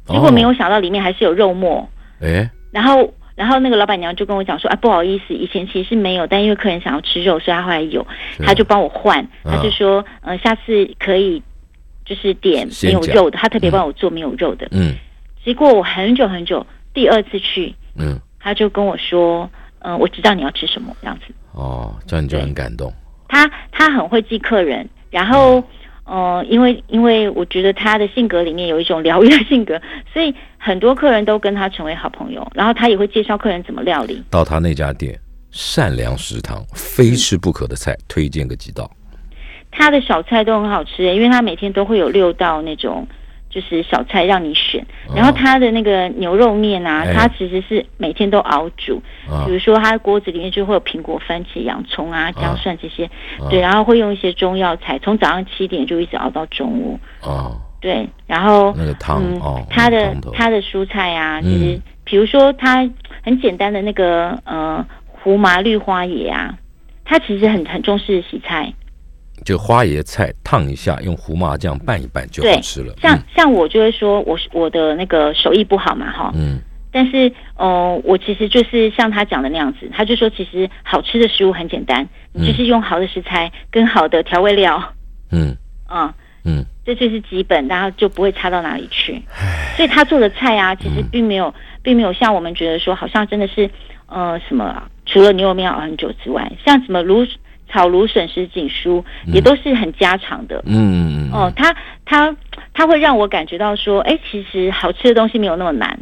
[SPEAKER 2] 哦
[SPEAKER 3] 结果没有想到里面还是有肉末，
[SPEAKER 2] 哎，
[SPEAKER 3] 然后。然后那个老板娘就跟我讲说，啊，不好意思，以前其实没有，但因为客人想要吃肉，所以他后来有。
[SPEAKER 2] 是
[SPEAKER 3] 他就帮我换，
[SPEAKER 2] 嗯
[SPEAKER 3] 他就说，嗯、呃，下次可以就是点
[SPEAKER 2] 先
[SPEAKER 3] 没有
[SPEAKER 2] 讲
[SPEAKER 3] 肉的，他特别帮我做没有肉的。
[SPEAKER 2] 嗯
[SPEAKER 3] 结果我很久很久，第二次去，
[SPEAKER 2] 嗯，
[SPEAKER 3] 他就跟我说，嗯、我知道你要吃什么这样子。
[SPEAKER 2] 哦，这样你就很感动，
[SPEAKER 3] 他他很会记客人，然后。嗯，因为因为我觉得他的性格里面有一种疗愈的性格，所以很多客人都跟他成为好朋友，然后他也会介绍客人怎么料理。
[SPEAKER 2] 到他那家店。善良食堂非吃不可的菜，推荐个几道。
[SPEAKER 3] 他的小菜都很好吃耶，欸因为他每天都会有六道那种就是小菜让你选，然后他的那个牛肉面啊，
[SPEAKER 2] 哦哎
[SPEAKER 3] 他其实是每天都熬煮，
[SPEAKER 2] 啊
[SPEAKER 3] 比如说他的锅子里面就会有苹果、番茄、洋葱
[SPEAKER 2] 哦
[SPEAKER 3] 啊、姜蒜这些，
[SPEAKER 2] 啊
[SPEAKER 3] 对，然后会用一些中药材，从早上七点就一直熬到中午，
[SPEAKER 2] 哦，
[SPEAKER 3] 对，然后
[SPEAKER 2] 那个汤
[SPEAKER 3] 嗯
[SPEAKER 2] 哦，
[SPEAKER 3] 他
[SPEAKER 2] 那个
[SPEAKER 3] 的
[SPEAKER 2] 汤头
[SPEAKER 3] 他的蔬菜啊，其实
[SPEAKER 2] 嗯
[SPEAKER 3] 比如说他很简单的那个呃胡麻绿花椰啊，他其实很很重视洗菜。
[SPEAKER 2] 就花椰菜烫一下，用胡麻酱拌一拌就好
[SPEAKER 3] 对
[SPEAKER 2] 吃了。嗯
[SPEAKER 3] 像像我就会说我是我的那个手艺不好嘛哈，
[SPEAKER 2] 嗯
[SPEAKER 3] 但是呃，我其实就是像他讲的那样子，他就说其实好吃的食物很简单，你就是用好的食材跟好的调味料，
[SPEAKER 2] 嗯
[SPEAKER 3] 嗯
[SPEAKER 2] 嗯
[SPEAKER 3] 这就是基本，然后就不会差到哪里去。所以他做的菜啊，其实并没有，并没有像我们觉得说好像真的是呃什么啊，除了牛肉面要熬很久之外，像什么芦炒芦笋什锦酥也都是很家常的。
[SPEAKER 2] 嗯嗯嗯，，
[SPEAKER 3] 哦它它它会让我感觉到说，哎，其实好吃的东西没有那么难。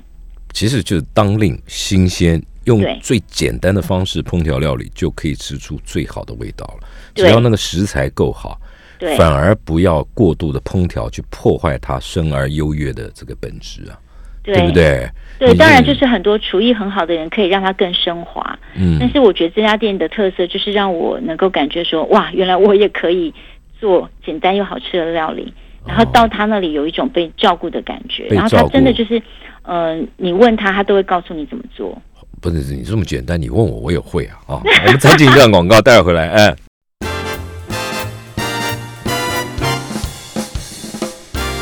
[SPEAKER 2] 其实就是当令新鲜，用
[SPEAKER 3] 对
[SPEAKER 2] 最简单的方式烹调料理，就可以吃出最好的味道了。只
[SPEAKER 3] 对
[SPEAKER 2] 要那个食材够好，
[SPEAKER 3] 对
[SPEAKER 2] 反而不要过度的烹调去破坏它生而优越的这个本质啊，
[SPEAKER 3] 对
[SPEAKER 2] 不对？
[SPEAKER 3] 对
[SPEAKER 2] 你
[SPEAKER 3] 当然就是很多厨艺很好的人可以让它更升华。
[SPEAKER 2] 嗯
[SPEAKER 3] 但是我觉得这家店的特色就是让我能够感觉说，哇，原来我也可以做简单又好吃的料理。然后到他那里有一种被照顾的感觉，
[SPEAKER 2] 哦被
[SPEAKER 3] 然后
[SPEAKER 2] 照
[SPEAKER 3] 他
[SPEAKER 2] 顾
[SPEAKER 3] 真的就是，呃，你问他，他都会告诉你怎么做。
[SPEAKER 2] 不是你这么简单，你问我我也会啊啊！我们再进一段广告，待会儿回来，哎。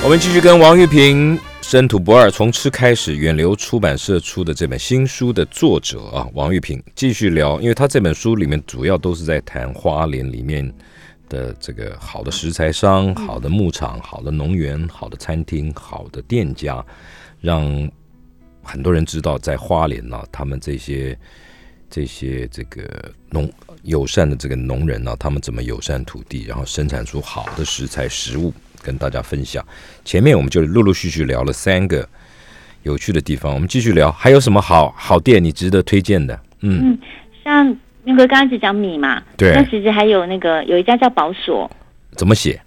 [SPEAKER 2] 我们继续跟王玉平、申土博二从吃开始，远流出版社出的这本新书的作者啊，王玉平继续聊，因为他这本书里面主要都是在谈花莲里面的这个好的食材商、好的牧场、好的农园、好的餐厅、好的店家，让很多人知道在花莲呢、他们这些这些这个农友善的这个农人呢、啊他们怎么友善土地，然后生产出好的食材食物，跟大家分享。前面我们就陆陆续续聊了三个有趣的地方，我们继续聊，还有什么好好店你值得推荐的？嗯，
[SPEAKER 3] 像那个刚刚只讲米嘛，
[SPEAKER 2] 对
[SPEAKER 3] 那其实还有那个有一家叫宝所
[SPEAKER 2] 怎么写？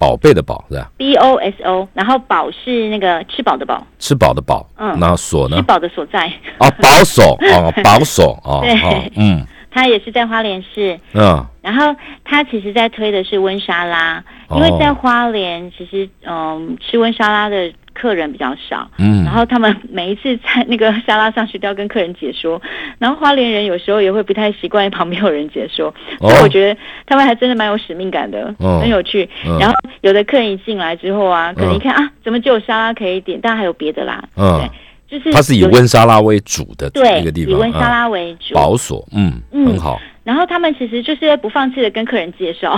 [SPEAKER 2] 宝贝的宝是吧？
[SPEAKER 3] （B O S O），然后宝是那个吃饱的饱，
[SPEAKER 2] 吃饱的饱，
[SPEAKER 3] 嗯
[SPEAKER 2] 然后 所
[SPEAKER 3] 吃
[SPEAKER 2] 呢？
[SPEAKER 3] 饱的所在。
[SPEAKER 2] 啊，保守哦，保守哦
[SPEAKER 3] 对
[SPEAKER 2] 哦，嗯
[SPEAKER 3] 他也是在花莲市，
[SPEAKER 2] 嗯，
[SPEAKER 3] 然后他其实在推的是温沙拉，
[SPEAKER 2] 哦
[SPEAKER 3] 因为在花莲其实嗯吃温沙拉的客人比较少，
[SPEAKER 2] 嗯
[SPEAKER 3] 然后他们每一次在那个沙拉上去都要跟客人解说，然后花莲人有时候也会不太习惯旁边有人解说，
[SPEAKER 2] 哦
[SPEAKER 3] 所以我觉得他们还真的蛮有使命感的，
[SPEAKER 2] 哦
[SPEAKER 3] 很有趣。
[SPEAKER 2] 嗯
[SPEAKER 3] 然后有的客人一进来之后啊，可能
[SPEAKER 2] 嗯
[SPEAKER 3] 一看、啊怎么只有沙拉可以点，但还有别的啦，
[SPEAKER 2] 嗯，
[SPEAKER 3] 对，就是
[SPEAKER 2] 它是以
[SPEAKER 3] 有
[SPEAKER 2] 温沙拉为主的
[SPEAKER 3] 对
[SPEAKER 2] 一个地
[SPEAKER 3] 以
[SPEAKER 2] 方，
[SPEAKER 3] 温沙
[SPEAKER 2] 嗯
[SPEAKER 3] 拉为主，
[SPEAKER 2] 保锁，嗯，
[SPEAKER 3] 嗯
[SPEAKER 2] 很好，
[SPEAKER 3] 然后他们其实就是不放弃的跟客人 介绍，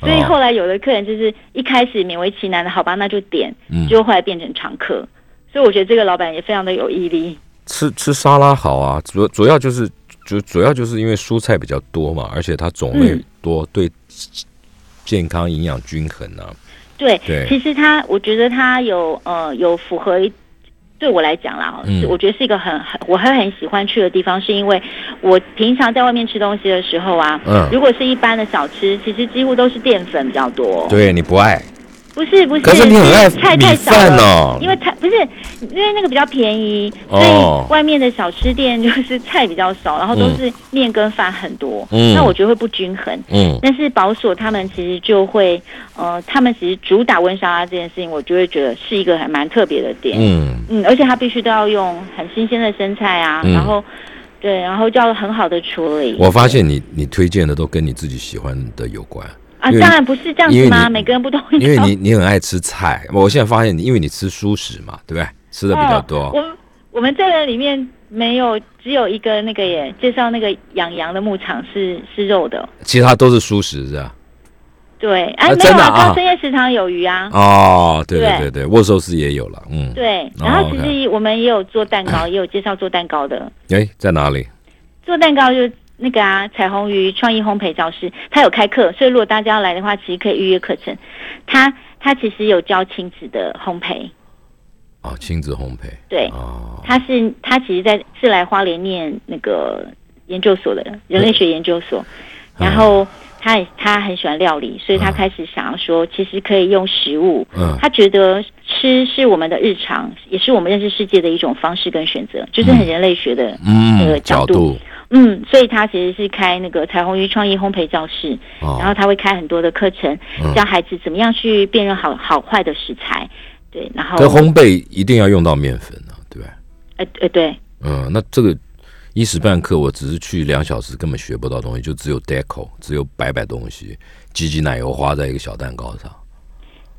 [SPEAKER 3] 所以后来有的客人就是一开始勉为其难的，好吧，那就点，
[SPEAKER 2] 嗯
[SPEAKER 3] 就后来变成常客。所以我觉得这个老板也非常的有毅力。
[SPEAKER 2] 吃吃沙拉好啊，主主要就是主主要就是因为蔬菜比较多嘛，而且它种类
[SPEAKER 3] 嗯
[SPEAKER 2] 多，对健康营养均衡啊，
[SPEAKER 3] 对，
[SPEAKER 2] 对
[SPEAKER 3] 其实他我觉得他有呃有符合一。对我来讲啦，
[SPEAKER 2] 嗯
[SPEAKER 3] 我觉得是一个很很我会很喜欢去的地方，是因为我平常在外面吃东西的时候啊，
[SPEAKER 2] 嗯
[SPEAKER 3] 如果是一般的小吃，其实几乎都是淀粉比较多，
[SPEAKER 2] 对你不爱，
[SPEAKER 3] 不不是不是，
[SPEAKER 2] 可是你很爱
[SPEAKER 3] 菜
[SPEAKER 2] 米
[SPEAKER 3] 太少
[SPEAKER 2] 饭
[SPEAKER 3] 了
[SPEAKER 2] 哦
[SPEAKER 3] 因为它不是因为那个比较便宜，所
[SPEAKER 2] 哦
[SPEAKER 3] 以外面的小吃店就是菜比较少，然后都是面跟饭很多，
[SPEAKER 2] 嗯
[SPEAKER 3] 那我觉得会不均衡。
[SPEAKER 2] 嗯
[SPEAKER 3] 但是保所他们其实就会，呃，他们其实主打温莎拉这件事情，我就会觉得是一个还蛮特别的点。
[SPEAKER 2] 嗯
[SPEAKER 3] 嗯，而且它必须都要用很新鲜的生菜啊，
[SPEAKER 2] 嗯
[SPEAKER 3] 然后对，然后就要很好的处理。
[SPEAKER 2] 我发现你你推荐的都跟你自己喜欢的有关，
[SPEAKER 3] 啊，
[SPEAKER 2] 因为
[SPEAKER 3] 当然不是这样
[SPEAKER 2] 因为
[SPEAKER 3] 子吗？
[SPEAKER 2] 你
[SPEAKER 3] 每个人不都一样？
[SPEAKER 2] 因为你你很爱吃菜，我现在发现你，因为你吃素食嘛，对不对？吃的比较多。
[SPEAKER 3] 哦、我们我们这个里面没有，只有一个那个耶，介绍那个养羊的牧场是是肉的。
[SPEAKER 2] 其他都是素食是吧？
[SPEAKER 3] 对，哎、
[SPEAKER 2] 啊
[SPEAKER 3] 没有
[SPEAKER 2] 真的啊
[SPEAKER 3] 高深夜食堂有鱼啊。
[SPEAKER 2] 哦，对对
[SPEAKER 3] 对
[SPEAKER 2] 对对，握寿司也有了，嗯，
[SPEAKER 3] 对，
[SPEAKER 2] 哦
[SPEAKER 3] 然后其
[SPEAKER 2] OK
[SPEAKER 3] 实我们也有做蛋糕，也有介绍做蛋糕的。
[SPEAKER 2] 哎，在哪里？
[SPEAKER 3] 做蛋糕就那个啊，彩虹鱼创意烘焙教室，他有开课，所以如果大家要来的话，其实可以预约课程。他他其实有教亲子的烘焙，
[SPEAKER 2] 哦，亲子烘焙，
[SPEAKER 3] 对，
[SPEAKER 2] 哦，
[SPEAKER 3] 他是他其实在是来花莲念那个研究所的人类学研究所，
[SPEAKER 2] 嗯
[SPEAKER 3] 然后他也他很喜欢料理，所以他
[SPEAKER 2] 嗯
[SPEAKER 3] 开始想要说，其实可以用食物。
[SPEAKER 2] 嗯
[SPEAKER 3] 他觉得吃是我们的日常，也是我们认识世界的一种方式跟选择，就是很人类学的。呃
[SPEAKER 2] 嗯，角
[SPEAKER 3] 角
[SPEAKER 2] 度
[SPEAKER 3] 度，嗯，所以他其实是开那个彩虹鱼创意烘焙教室，然后
[SPEAKER 2] 哦，
[SPEAKER 3] 他会开很多的课程
[SPEAKER 2] 嗯，
[SPEAKER 3] 嗯教孩子怎么样去辨认好好坏的食材。对，然后
[SPEAKER 2] 这烘焙一定要用到面粉啊，对不对？
[SPEAKER 3] 呃呃对，
[SPEAKER 2] 嗯，那这个一时半刻，我只是去两小时，根本学不到东西，就只有 deco，只有摆摆东西，挤挤奶油花在一个小蛋糕上，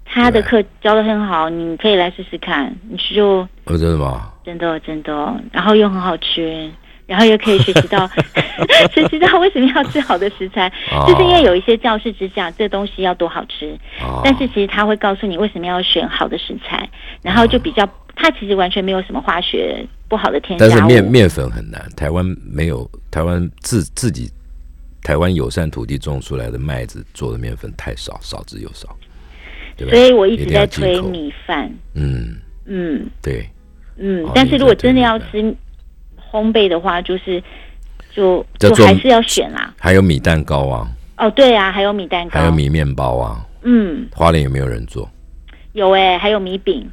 [SPEAKER 3] 他的
[SPEAKER 2] 对
[SPEAKER 3] 课教的很好，你可以来试试看，你就
[SPEAKER 2] 哦，真的吗？
[SPEAKER 3] 真的真的，然后又很好吃，然后又可以学 习到 学习到为什么要吃好的食材，
[SPEAKER 2] 哦
[SPEAKER 3] 就是因为有一些教室只讲这东西要多好吃，
[SPEAKER 2] 哦
[SPEAKER 3] 但是其实他会告诉你为什么要选好的食材，然后就比较，它其实完全没有什么化学不好的添加
[SPEAKER 2] 但
[SPEAKER 3] 物，
[SPEAKER 2] 是面面粉很难，台湾没有，台湾自自己台湾友善土地种出来的麦子做的面粉太少，少之又少，对不
[SPEAKER 3] 所
[SPEAKER 2] 对？
[SPEAKER 3] 以我一直
[SPEAKER 2] 定要
[SPEAKER 3] 在
[SPEAKER 2] 进
[SPEAKER 3] 推
[SPEAKER 2] 口
[SPEAKER 3] 米饭，
[SPEAKER 2] 嗯，
[SPEAKER 3] 嗯
[SPEAKER 2] 对，
[SPEAKER 3] 嗯
[SPEAKER 2] 哦，
[SPEAKER 3] 但
[SPEAKER 2] 你
[SPEAKER 3] 是如果
[SPEAKER 2] 在推
[SPEAKER 3] 真
[SPEAKER 2] 米
[SPEAKER 3] 的要
[SPEAKER 2] 饭
[SPEAKER 3] 吃烘焙的话，就是就
[SPEAKER 2] 要
[SPEAKER 3] 就
[SPEAKER 2] 做
[SPEAKER 3] 还是要选啦、
[SPEAKER 2] 还有米蛋糕啊，
[SPEAKER 3] 哦，对啊，还有米蛋糕，
[SPEAKER 2] 还有，米面包啊，
[SPEAKER 3] 嗯，
[SPEAKER 2] 花莲有没有人做？
[SPEAKER 3] 有哎、还有米饼。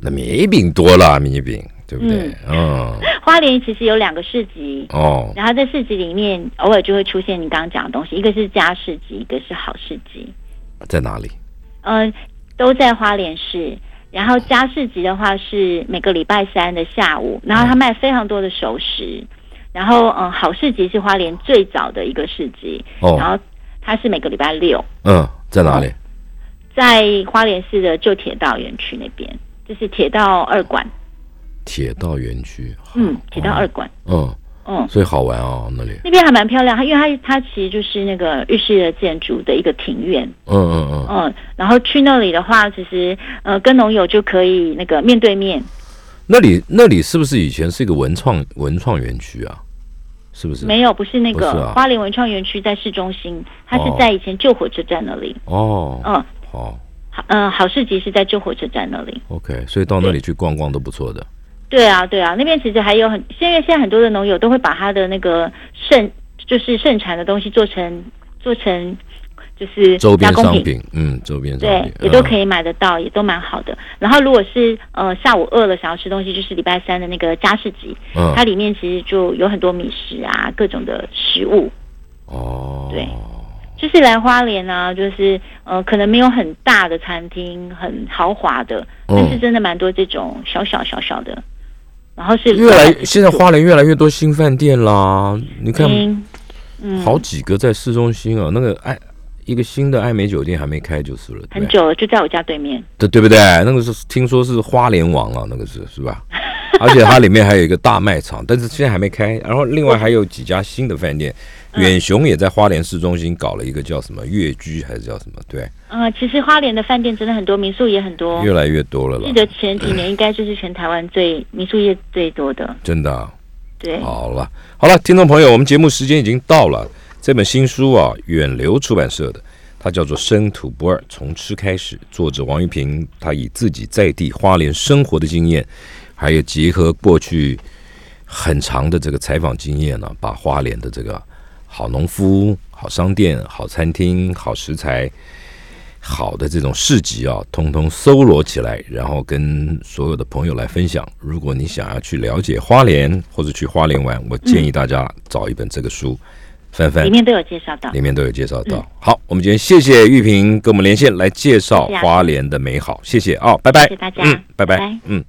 [SPEAKER 2] 那米饼多了啊，米饼对不对？嗯，
[SPEAKER 3] 花莲其实有两个市集，
[SPEAKER 2] 哦，
[SPEAKER 3] 然后在市集里面偶尔就会出现你刚刚讲的东西，一个是家市集，一个是好市集，
[SPEAKER 2] 在哪里？
[SPEAKER 3] 嗯、都在花莲市。然后家市集的话是每个礼拜三的下午，然后他卖非常多的熟食。然后嗯，好市集是花莲最早的一个市集，然
[SPEAKER 2] 哦，
[SPEAKER 3] 后它是每个礼拜六
[SPEAKER 2] 嗯，在哪里？
[SPEAKER 3] 在花莲市的旧铁道园区那边，就是铁道二馆，
[SPEAKER 2] 铁道园区，好
[SPEAKER 3] 嗯，铁道二，馆，
[SPEAKER 2] 嗯，
[SPEAKER 3] 嗯，
[SPEAKER 2] 所以好玩哦，那里，
[SPEAKER 3] 那边还蛮漂亮，它因为它它其实就是那个日式的建筑的一个庭院，
[SPEAKER 2] 嗯嗯嗯，
[SPEAKER 3] 嗯，然后去那里的话，其实呃跟农友就可以那个面对面，
[SPEAKER 2] 那里那里是不是以前是一个文创文创园区啊？是不是？
[SPEAKER 3] 没有不是那个
[SPEAKER 2] 不是啊
[SPEAKER 3] 花莲文创园区在市中心，它是
[SPEAKER 2] 哦
[SPEAKER 3] 在以前旧火车站那里，
[SPEAKER 2] 哦，
[SPEAKER 3] 嗯，
[SPEAKER 2] 好
[SPEAKER 3] 好嗯、好市集是在旧火车站那里，
[SPEAKER 2] ，OK，所以到那里去逛逛都不错的。
[SPEAKER 3] 对啊对啊，那边其实还有很现在现在很多的农友都会把他的那个盛就是盛产的东西做成做成就是
[SPEAKER 2] 周
[SPEAKER 3] 加
[SPEAKER 2] 边
[SPEAKER 3] 工
[SPEAKER 2] 商
[SPEAKER 3] 品。
[SPEAKER 2] 品，嗯，周边商
[SPEAKER 3] 对
[SPEAKER 2] 品，
[SPEAKER 3] 也都可
[SPEAKER 2] 以。
[SPEAKER 3] 以买得到，也都蛮好的。然后如果是呃下午饿了想要吃东西，就是礼拜三的那个家市集，
[SPEAKER 2] 嗯，
[SPEAKER 3] 它里面其实就有很多米食啊，各种的食物。
[SPEAKER 2] 哦，
[SPEAKER 3] 对就是来花莲啊，就是呃可能没有很大的餐厅，很豪华的，
[SPEAKER 2] 嗯
[SPEAKER 3] 但是真的蛮多这种小小小小的。然后是
[SPEAKER 2] 越来现在花莲越来越多新饭店啦，你看
[SPEAKER 3] 嗯嗯
[SPEAKER 2] 好几个在市中心啊，那个爱一个新的爱美酒店还没开就是了，对
[SPEAKER 3] 很
[SPEAKER 2] 不对
[SPEAKER 3] 久了，就在我家对面。
[SPEAKER 2] 对对不对？那个是听说是花莲王啊，那个是是 吧？而且它里面还有一个大卖场，但是现在还没开。然后另外还有几家新的饭店，
[SPEAKER 3] 嗯
[SPEAKER 2] 远雄也在花莲市中心搞了一个叫什么悦居还是叫什么？对，
[SPEAKER 3] 嗯、其实花莲的饭店真的很多，民宿也很多。
[SPEAKER 2] 越来越多了啦
[SPEAKER 3] 哦记。得前几年应该就是全台湾最民宿业最多的，
[SPEAKER 2] 真的啊、
[SPEAKER 3] 对。
[SPEAKER 2] 好了，好了，听众朋友，我们节目时间已经到了。这本新书啊，远流出版社的，它叫做《生土不二：从吃开始》，作者王玉平，他以自己在地花莲生活的经验，还有结合过去很长的这个采访经验呢、把花莲的这个好农夫、好商店、好餐厅、好食材，好的这种市集啊，通通搜罗起来，然后跟所有的朋友来分享。如果你想要去了解花莲或者去花莲玩，我建议大家找一本这个书、翻翻
[SPEAKER 3] 里，面都有介绍到。
[SPEAKER 2] 里面都有介绍到。好，我们今天谢谢玉萍跟我们连线来介绍
[SPEAKER 3] 谢谢啊
[SPEAKER 2] 花莲的美好，谢谢啊，拜拜，
[SPEAKER 3] 谢谢大家
[SPEAKER 2] 嗯，拜拜，
[SPEAKER 3] 拜拜
[SPEAKER 2] 嗯。